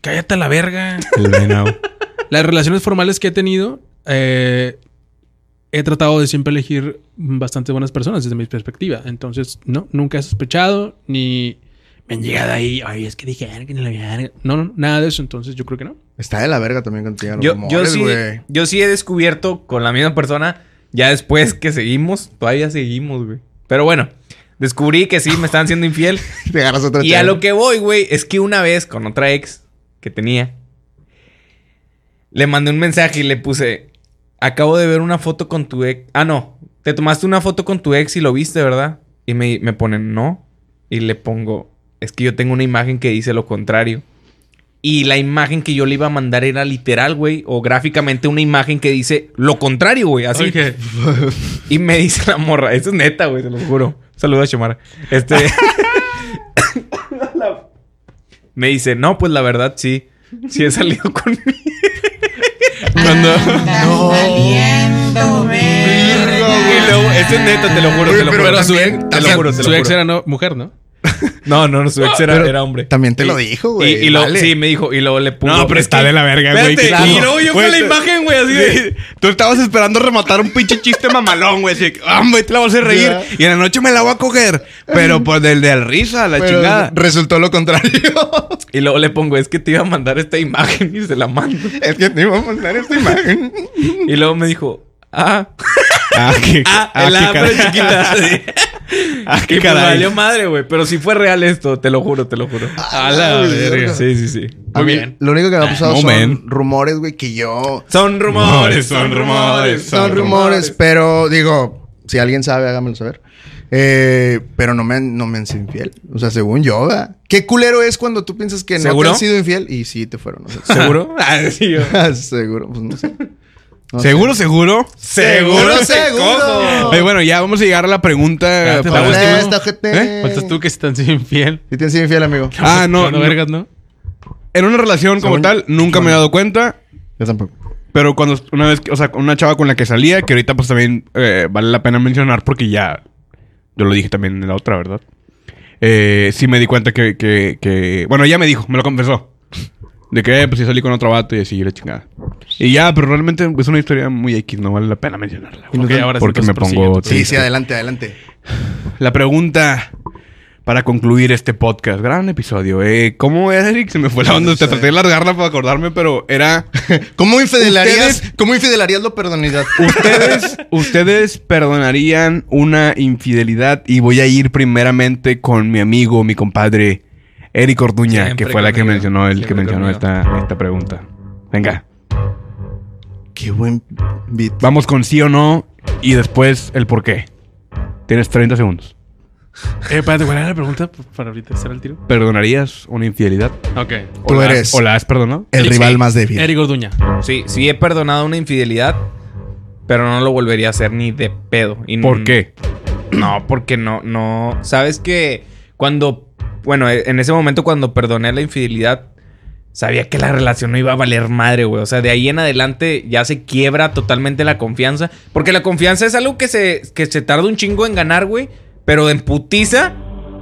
Cállate a la verga. El venado. Las relaciones formales que he tenido. eh, he tratado de siempre elegir bastante buenas personas desde mi perspectiva. Entonces, no, nunca he sospechado ni. Me han llegado ahí. Ay, es que dije que no la había. No, no, nada de eso. Entonces, yo creo que no. Está de la verga también contigo. yo, yo, sí, yo sí he descubierto con la misma persona, ya después que seguimos, todavía seguimos, güey. Pero bueno, descubrí que sí, me estaban siendo infiel. Te agarras otra Y a lo que voy, güey, es que una vez con otra ex que tenía, le mandé un mensaje y le puse, acabo de ver una foto con tu ex. Ah, no, te tomaste una foto con tu ex y lo viste, ¿verdad? Y me, me ponen, no. Y le pongo, es que yo tengo una imagen que dice lo contrario. Y la imagen que yo le iba a mandar era literal, güey, o gráficamente una imagen que dice lo contrario, güey, así. Ok. Y me dice la morra, esto es neta, güey, se lo juro. Saludos a Xiomara. Este. me dice, no, pues la verdad sí. Sí he salido conmigo. Cuando. Y luego, esto es neta, te lo juro, te lo juro. Pero su también- ex, te lo su- juro, te su lo ex juro. era no- mujer, ¿no? No, no, no, su ex era, Pero era hombre. También te Y- lo dijo, y- güey. Y, luego, vale. sí, me dijo, y luego le puso. No, pero está de la verga, güey. Espérate, que- y luego yo con Güey, la tú- imagen, güey, así de. Sí, Tú estabas esperando rematar un pinche chiste mamalón, güey. Así, que, ah, hombre, te la vas a hacer reír. Ya. Y en la noche me la voy a coger. Pero pues del de la risa, la Pero chingada. resultó lo contrario. Y luego le pongo, es que te iba a mandar esta imagen y se la mando. es que te iba a mandar esta imagen. Y luego me dijo, ah, Ah, qué, ah, ah, el qué ah, pero caray. chiquita. así. Ah, qué Y pues caray. valió madre, güey. Pero sí fue real esto, te lo juro, te lo juro. A la verga. Sí, sí, sí. Muy bien. Lo único que me ha pasado No, son man. rumores, güey, que yo... Son rumores, son rumores, Son rumores, pero digo, si alguien sabe, hágamelo saber. Eh, pero no me, han- no me han sido infiel. O sea, según yo, ¿verdad? Qué culero es cuando tú piensas que no ¿Seguro? te han sido infiel y sí te fueron. o sea, ¿Seguro? Ah, sí, yo. seguro, pues no sé. No sé. ¿Seguro, seguro? Seguro, Eh, bueno, ya vamos a llegar a la pregunta. Espérate, para- la última. Contesta, ojete. Faltas ¿Eh? tú que se te han sido infiel. Sí te han sido infiel, amigo. Ah, no. Bueno, no. vergas, ¿no? En una relación como Según- tal, nunca me he dado cuenta. Yo tampoco. Pero cuando una vez, que- o sea, una chava con la que salía, que ahorita pues también eh, vale la pena mencionar porque ya yo lo dije también en la otra, ¿verdad? Eh, sí me di cuenta que, que, que- bueno, ella me dijo, me lo confesó. De que, eh, pues sí salí con otro vato y así, y la chingada. Y ya, pero realmente es una historia muy X, no vale la pena mencionarla. Ok, ahora sí, porque me entonces prosigue pongo tu Sí, triste. sí, adelante, adelante. La pregunta para concluir este podcast, gran episodio. Eh, ¿Cómo era, Eric? Se me fue la onda. Te traté de largarla para acordarme, pero era... ¿Cómo infidelarías? Ustedes- ¿Cómo infidelarías lo perdonidad? ¿Ustedes, ustedes perdonarían una infidelidad y voy a ir primeramente con mi amigo, mi compadre Eric Orduña, Siempre que fue la que conmigo. mencionó el que Siempre mencionó conmigo. esta, esta pregunta. Venga, Qué buen beat. vamos con sí o no y después el por qué. Tienes 30 segundos. Eh, espérate, ¿cuál era la pregunta para ahorita hacer el tiro? ¿Perdonarías una infidelidad? Ok. ¿O Tú la- eres ¿O la has perdonado? el Sí, rival sí. más débil. Eric Orduña. Sí, sí he perdonado una infidelidad, pero no lo volvería a hacer ni de pedo. Y n- ¿Por qué? No, porque no, no. Sabes que cuando, bueno, e- en ese momento cuando perdoné la infidelidad, sabía que la relación no iba a valer madre, güey. O sea, de ahí en adelante ya se quiebra totalmente la confianza. Porque la confianza es algo que se, que se tarda un chingo en ganar, güey. Pero en putiza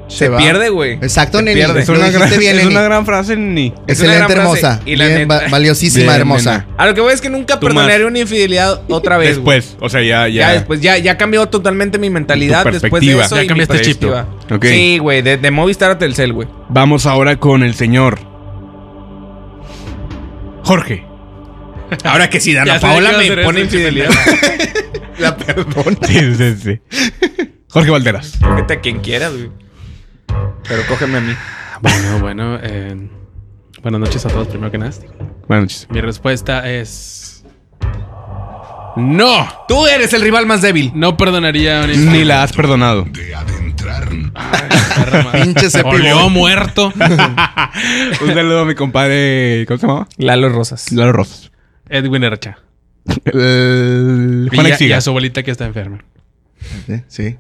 se, va. pierde, güey. Exacto, Se Neni. pierde. Es una gran, Pues, bien, es Neni. una gran frase, ni. es una Excelente, gran frase. hermosa. Y la Bien, neta- va- valiosísima, Bien, hermosa. nena. A lo que voy es que nunca Tú más. perdonaré una infidelidad otra vez. güey. Después, o sea, ya, ya. Ya, después, ya, ya cambió totalmente mi mentalidad Tu después de perspectiva. eso. Ya y mi cambiaste el chip. perspectiva. Ok. Sí, güey, de, de Movistar a Telcel, güey. Vamos ahora con el señor Jorge. Ahora que si Ya Dana sé Paola que iba a me hacer pone eso, infidelidad. La perdona. Sí, sí, sí. Jorge Valderas. Cógete a quien quieras, güey. Pero cógeme a mí. Ah, Bueno, bueno. eh, buenas noches a todos, primero que nada. Buenas noches. Mi respuesta es... No. Tú eres el rival más débil. No perdonaría a una Ni la has perdonado. Pinche cepillo. Olió muerto. Un saludo a mi compadre. ¿Cómo se llamaba? Lalo Rosas. Lalo Rosas. Edwin Ercha. El... Y, Juan a- y Exiga. a su abuelita que está enferma. Sí, Sí.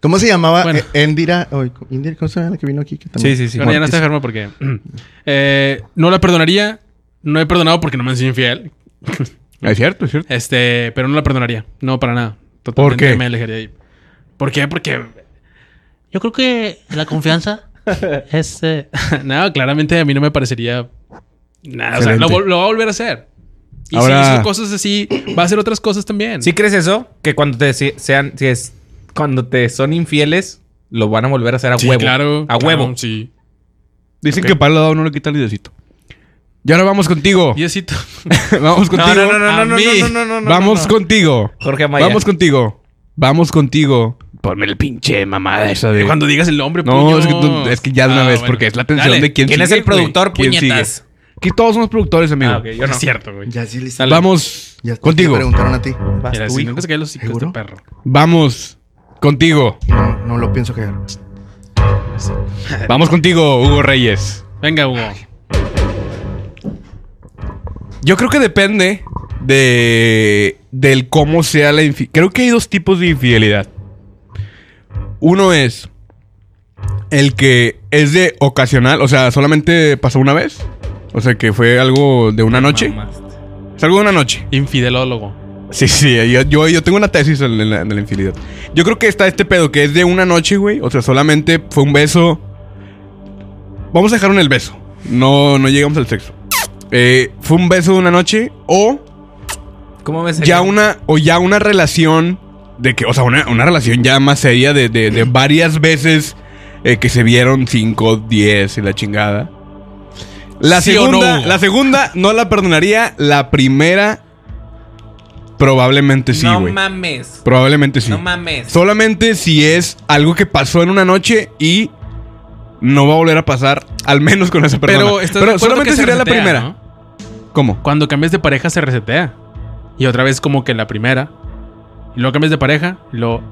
¿Cómo se llamaba? Bueno. Eh, Endira. oye, Indira, ¿Cómo se llama la que vino aquí? Que también- Sí, sí, sí. Bueno, ya no está enfermo porque... eh, no la perdonaría. No he perdonado porque no me han sido infiel. Es cierto, es cierto. Este, pero no la perdonaría. No, para nada. ¿Por qué? me alejaría de ahí. ¿Por qué? Porque... Yo creo que la confianza es... eh, no, claramente a mí no me parecería... Nada, o sea, Excelente. lo, vol- lo va a volver a hacer. Y Ahora- si hizo cosas así, va a hacer otras cosas también. ¿Sí crees eso? Que cuando te se- sean, si es, cuando te son infieles, lo van a volver a hacer a Sí, huevo. claro. A claro, huevo. sí. Dicen Ok. que Pablo Dado no le quita el diosito. Y ahora vamos contigo. Diosito. Vamos contigo. No, no, no, no, A no, no, mí. no, no, no, no, Vamos no. contigo. Jorge Amaya. Vamos contigo. Vamos contigo. Ponme el pinche mamada esa de. Cuando digas el nombre, No, puño. es que, tú- es que ya de una Ah, vez, bueno. porque es la atención Dale. de quién ¿Quién es sigue, el productor, güey? ¿Quién puñetas? sigue? Aquí todos somos productores, amigo. Ah, ok, yo no. Es cierto, güey. Ya sí, listo. Dale. Vamos Ya hasta contigo. Te preguntaron a ti. Vas Mira, tú, si hijo. nunca se caen los hijos ¿Seguro? de este perro. Vamos contigo. No, no lo pienso caer. Vamos contigo, Hugo Reyes. Venga, Hugo. Yo creo que depende de del cómo sea la infidelidad. Creo que hay dos tipos de infidelidad. Uno es el que es de ocasional, o sea, solamente pasó una vez. O sea, que fue algo de una noche. Mamaste. Es algo de una noche. Infidelólogo. Sí, sí, yo, yo, yo tengo una tesis en, en la, en la infidelidad. Yo creo que está este pedo que es de una noche, güey. O sea, solamente fue un beso. Vamos a dejar en el beso. No, no llegamos al sexo. Eh, fue un beso de una noche o ¿Cómo ves? ya una, o ya una relación de que, o sea, una, una relación ya más seria de, de- de varias veces eh, que se vieron 5, 10 y la chingada. La ¿Sí o segunda, no, Hugo? la segunda no la perdonaría. La primera probablemente sí, no güey. mames. probablemente sí. No mames. Solamente si es algo que pasó en una noche y no va a volver a pasar, al menos con esa persona. Pero, ¿estás de acuerdo solamente que se sería la resetea, primera. ¿no? ¿Cómo? Cuando cambias de pareja se resetea. Y otra vez como que la primera. Y luego cambias de pareja, lo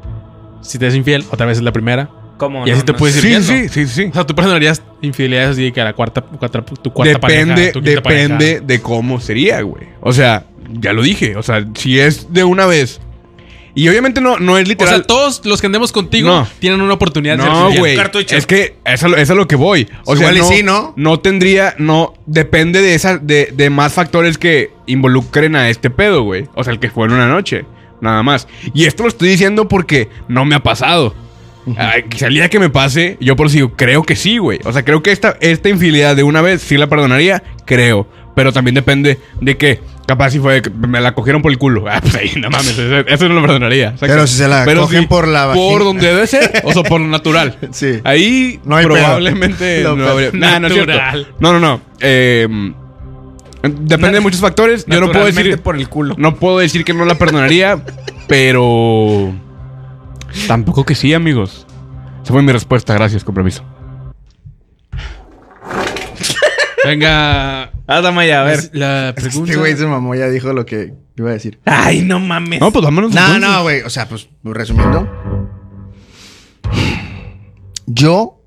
Si te es infiel, otra vez es la primera. ¿Cómo? Y así te puedes ir Sí, viendo. sí, sí, sí. O sea, tú perdonarías infidelidades así de que a la cuarta, cuarta- tu cuarta Depende, pareja, tu quinta depende pareja. de cómo sería, güey. O sea, ya lo dije. O sea, si es de una vez. Y obviamente no, no es O literal. sea, todos los que andemos contigo No. tienen una oportunidad de No, ser infiel. güey. cartucho. Es que es a, lo, es a lo que voy. O Igual sea, y no, sí, ¿no? no tendría, no, depende de esa, de, de más factores que involucren a este pedo, güey. O sea, el que fue en una noche, nada más. Y esto lo estoy diciendo porque no me ha pasado. Ay, quizá el día que me pase, yo por eso digo, creo que sí, güey. O sea, creo que esta, esta infidelidad de una vez sí la perdonaría, creo. Pero también depende de que, capaz si fue, de que me la cogieron por el culo. Ah, pues ahí, no mames, eso, eso no lo perdonaría. O sea, Pero que- si se la cogen por la Por vagina. donde debe ser, o sea, por lo natural. Sí. Ahí No hay pedo. probablemente No, no pero- habría. Nah, no es cierto. Natural. No, no, no. Eh, depende de muchos factores. Yo no puedo decir. por el culo. No puedo decir que no la perdonaría, pero. Tampoco que sí, amigos. Esa fue mi respuesta. Gracias, compromiso. Venga. Ándame ya, a ver. es La pregunta. Este güey se mamó, ya dijo lo que iba a decir. Ay, no mames. No, pues vámonos. No, entonces. no, güey. O sea, pues resumiendo. Yo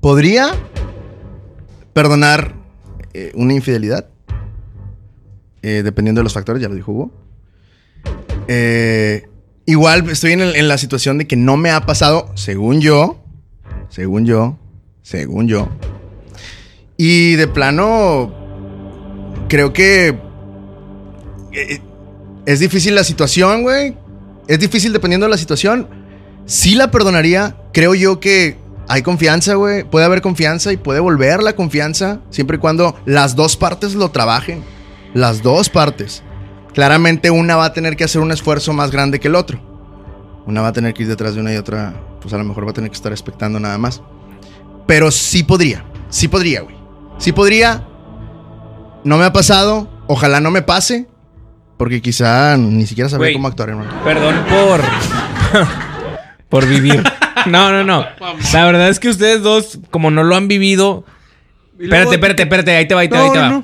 podría perdonar eh, una infidelidad. eh, dependiendo de los factores, ya lo dijo Hugo. Eh, igual estoy en, el- en la situación de que no me ha pasado, según yo. Según yo. Según yo. Y de plano. Creo que. eh, es difícil la situación, güey. Es difícil dependiendo de la situación. Sí la perdonaría. Creo yo que hay confianza, güey. Puede haber confianza y puede volver la confianza siempre y cuando las dos partes lo trabajen. Las dos partes. Claramente una va a tener que hacer un esfuerzo más grande que el otro. Una va a tener que ir detrás de una y otra, pues a lo mejor va a tener que estar expectando nada más. Pero sí podría. Sí podría, güey. Sí podría. No me ha pasado. Ojalá no me pase. Porque quizá ni siquiera sabría Güey. cómo actuar, hermano. Perdón por. por vivir. No, no, no. La verdad es que ustedes dos, como no lo han vivido. Espérate, espérate, espérate. Ahí te va, ahí te va, ahí te va.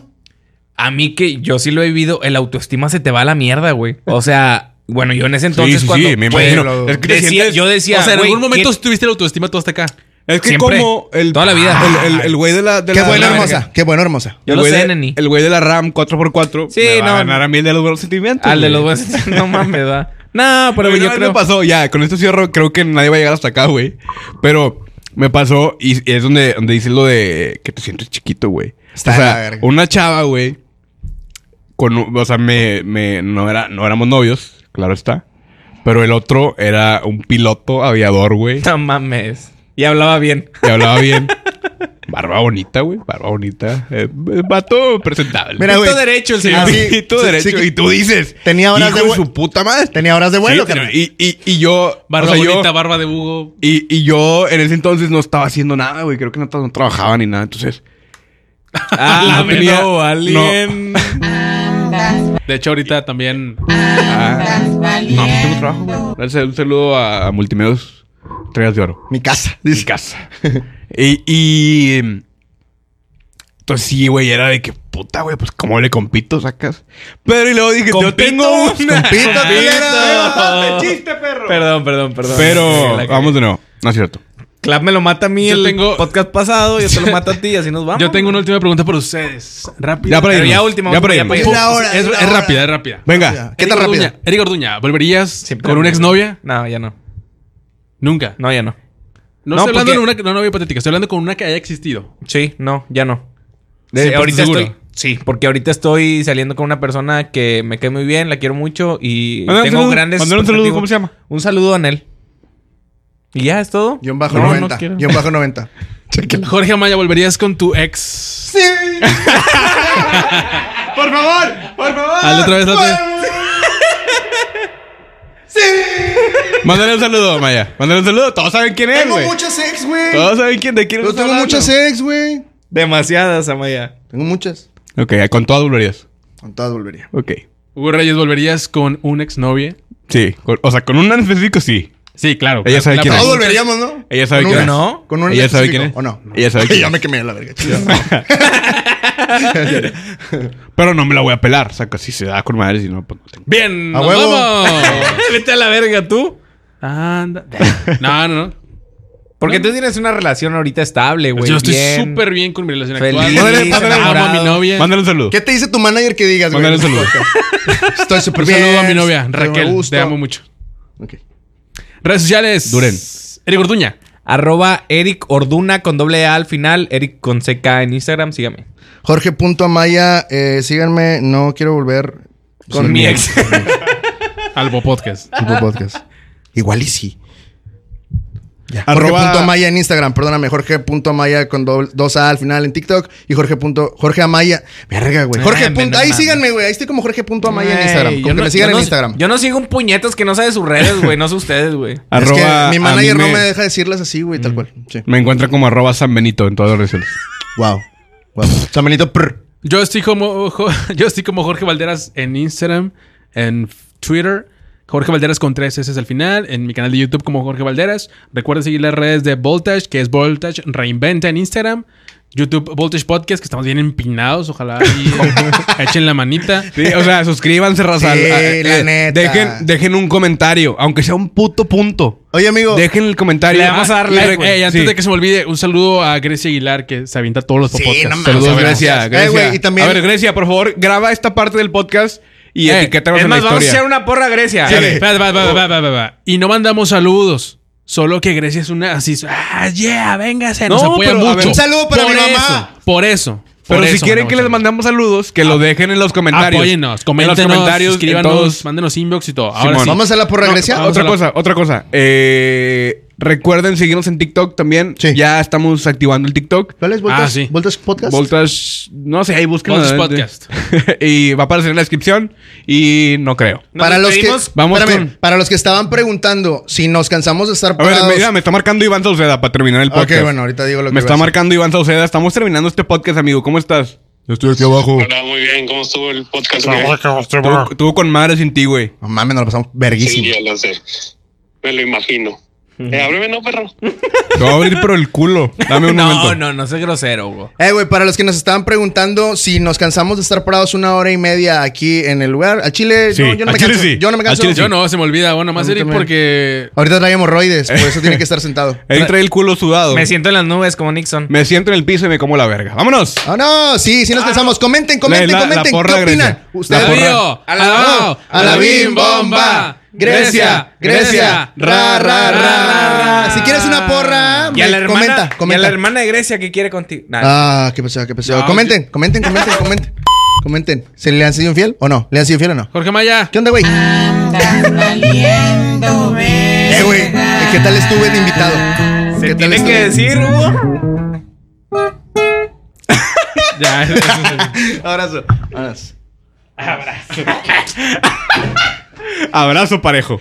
A mí que yo sí lo he vivido, el autoestima se te va a la mierda, güey. O sea, bueno, yo en ese entonces sí, cuando. sí, me güey, imagino. Es que te decía- sientes- yo decía. o sea, en güey, algún momento ¿qué- tuviste la autoestima todo hasta acá. Es que Siempre. como. El, Toda la vida. el- El el güey de la. de Qué la- buena la verga. hermosa, qué buena hermosa. Yo el lo güey sé, de- neni. El güey de la RAM 4x4. Sí, me va no. a ganar a mí el de los buenos sentimientos. Al de güey. los buenos. No mames, ¿verdad? No, pero Pero yo creo. me pasó, ya, con esto cierro, creo que nadie va a llegar hasta acá, güey. Pero me pasó y, y es donde, donde dices lo de que te sientes chiquito, güey. Está o de la sea, verga. una chava, güey, con, un- o sea, me, me- no, era, no éramos novios, claro está. Pero el otro era un piloto aviador, güey. No mames. Y hablaba bien. Y hablaba bien. Barba bonita, güey. Barba bonita. Eh, vato presentable. Mira, güey. Todo derecho el Sí, señor. así, y tú sí, derecho. sí, y tú dices. Tenía horas hijo de vuelo". su puta madre. Tenía horas de Sí, vuelo, pero- carnal. y, y, y yo. Barba o sea, yo- bonita, barba de Hugo. y, y yo en ese entonces no estaba haciendo nada, güey. Creo que no, tra- no trabajaba ni nada. Entonces. Ah, No tenía- no, alguien. De hecho, ahorita también. ah, no, no tengo trabajo, güey. Gracias, Un saludo a, a Multimedios Estrellas de Oro. Mi casa. Mi casa. y, y. em, Entonces sí, güey, era de que puta, güey, pues cómo le compito, sacas. Pero y luego dije, yo tengo una. Compito, culero. chiste, perro. Perdón, perdón, perdón. Pero, ah, La cagué. vamos de nuevo. No es cierto. Clap me lo mata a mí Yo el tengo- podcast pasado, yo te lo mato a ti y así nos vamos. Yo tengo una última pregunta para ustedes. Rápida. Ya para Pero irnos. ya última, Ya para ya para irnos. Es la hora. Es, la es hora. rápida, es rápida. Venga. ¿Qué Eric tan rápida? Orduña, Eric Orduña, ¿volverías Siempre con una volvería. exnovia? No, ya no. Nunca. No, No, ya no. No, estoy hablando porque- de una no, novia hipotética, estoy hablando con una que haya existido. Sí, no, ya no. De- Sí, por ahorita seguro. estoy. Sí, Eh, porque ahorita estoy saliendo con una persona que me cae muy bien, la quiero mucho y Mándale un tengo saludo, grandes. mándale un saludo, expectativas. ¿cómo se llama? Un saludo a Nel. ¿Y ya es todo? Guión bajo No, no 90. quiero. guión bajo 90. Jorge Amaya, ¿volverías con tu ex? Sí. por favor, por favor. Hazle otra vez, hazle. Mándale un saludo, Maya. Mándale un saludo. Todos saben quién es, Tengo güey. muchas ex, güey. Todos saben quién de quién Yo estás tengo hablando. muchas ex, güey. Demasiadas, Amaya. Tengo muchas. Ok, con todas volverías. Con todas volvería. Ok. Hugo Reyes, ¿volverías con una exnovia? Sí. con- o sea, con una en específico, sí. Sí, claro. Ella sabe La quién es. Todos pregunta- volveríamos, ¿no? Ella sabe Con quién una. es. ¿No? Con un Ella sabe específico, quién es. ¿O no? Ella sabe quién Ya es. me quemé la verga. Pero no me la voy a pelar. O sea, que si se da con madre, si no, pues no tengo. Bien, A nos huevo. vamos. Vete a la verga, tú. Anda. No, no, no. Porque tú tienes una relación ahorita estable, güey. Pues Yo estoy bien, súper bien con mi relación Feliz, actual. Mándale, Amo a mi enamorado. novia. Mándale un saludo. ¿Qué te dice tu manager que digas, güey? Mándale un saludo. Estoy súper Un bien. saludo a mi novia, estoy a Raquel. gusto. Te amo mucho. Ok. Redes sociales. Duren. Eric Orduña. Arroba Eric Orduna con doble A al final. Eric con CK en Instagram. Sígame. Jorge.amaya, eh, síganme. No quiero volver Con sin mi ex. Albo Podcast. tipo podcast. Igual y sí. Arroba- Jorge.amaya en Instagram, perdóname. Jorge.amaya con doble- dos A al final en TikTok. Y Jorge. punto- Jorge Amaya. Verga, güey. Jorge. Ay, punto- no ahí mames. síganme, güey. Ahí estoy como Jorge.amaya en Ay, Instagram. Como yo que no- me sigan yo en no- Instagram. Yo no sigo un puñetas que no sabe sus redes, güey. No sé ustedes, güey. es que Arroba mi a manager mí no me deja decirlas así, güey, tal cual. Sí. Me encuentra como arroba San Benito en todas las redes sociales. Wow. wow. San Benito, prr. Yo estoy como jo- yo estoy como Jorge Valderas en Instagram, en Twitter. Jorge Valderas con tres S al final. En mi canal de YouTube como Jorge Valderas. Recuerden seguir las redes de Voltage, que es Voltage Reinventa en Instagram. YouTube Voltage Podcast, que estamos bien empinados. Ojalá ahí echen la manita. Sí, o sea, suscríbanse, raza. Sí, Ah, la neta. Dejen, dejen un comentario, aunque sea un puto punto. Oye, amigo. Dejen el comentario. Ah, Le vamos a dar y like, re- güey. Ey, Ey, antes sí. de que se me olvide, un saludo a Grecia Aguilar, que se avienta todos los Sí, podcasts. no mames. Saludos, Saludos, Grecia. gracias. Grecia. Eh, güey, y también- A ver, Grecia, por favor, graba esta parte del podcast y Eh, etiquétanos Es en la más, vamos a historia. echar una porra a Grecia. Sí, va, va, va, va, va, va, va. Y no mandamos saludos. Solo que Grecia es una así. Ah, yeah, véngase. Nos No, apoya pero, a mucho. ver, un saludo para por mi eso, mamá. Por eso. Pero por si eso quieren que les saludos. mandemos saludos, que lo dejen en los comentarios. Ah, Apóyennos, en coméntenos, los comentarios, escríbanos, en todos. mándenos inbox y todo. Ahora Simón. sí. Vamos a la porra Grecia. Vamos otra a la- cosa, otra cosa. Eh, recuerden seguirnos en TikTok también. Sí. Ya estamos activando el TikTok. ¿Cuál es? ¿Voltas, Ah, sí. ¿Voltas Podcast? Voltage, no sé, ahí busquen Voltage Podcast. y va a aparecer en la descripción y no creo. Nos para, los que, despedimos. Vamos espérame, con- para los que estaban preguntando si nos cansamos de estar A ver, parados... mira, me está marcando Iván Sauceda para terminar el ok, podcast. bueno, ahorita digo lo que me iba a está decir. marcando Iván Sauceda. Estamos terminando este podcast, amigo. ¿Cómo estás? Yo estoy aquí abajo. Hola, muy bien. ¿Cómo estuvo el podcast? Estuvo, estuvo con madre sin ti, güey. No mames, nos lo pasamos Sí, verguísimo. ya lo sé. Me lo imagino. Eh, ábreme, no, perro. Te voy a abrir pero el culo. Dame un No, momento. no, no seas grosero, güey. Eh, güey, para los que nos estaban preguntando si nos cansamos de estar parados una hora y media aquí en el lugar, al Chile, Sí, no, yo no al me Chile canso. sí. Yo no me Al canso. Chile sí. Yo no, se me olvida. Bueno, más A mí Eric también. porque. Ahorita trae hemorroides, por eso tiene que estar sentado. Él trae el culo sudado. Me siento en las nubes como Nixon. Me siento en el piso y me como la verga. ¡Vámonos! Ah, no, sí, sí nos cansamos. Comenten, comenten, Ah, La- la- la comenten. porra ¿Qué opinan? Grecia. Ustedes. La porra. Alabío, alabao, A la bim bomba. bomba. Grecia, Grecia. Ra, ra, ra, ra, ra. Si quieres una porra, Y a la me- hermana, comenta, comenta. Y a la hermana de Grecia que quiere contigo. Nah, Ah, qué pesado, qué pesado. No, comenten, comenten, comenten, comenten. Comenten. ¿Se le han sido infiel o no? ¿Le han sido infiel o no? Jorge Maya. ¿Qué onda, güey? Eh, güey. ¿y ¿Qué tal estuve de invitado? Se ¿Qué tal tiene estuve? que decir, Hugo. Ya. Abrazo. Abrazo. Abrazo parejo.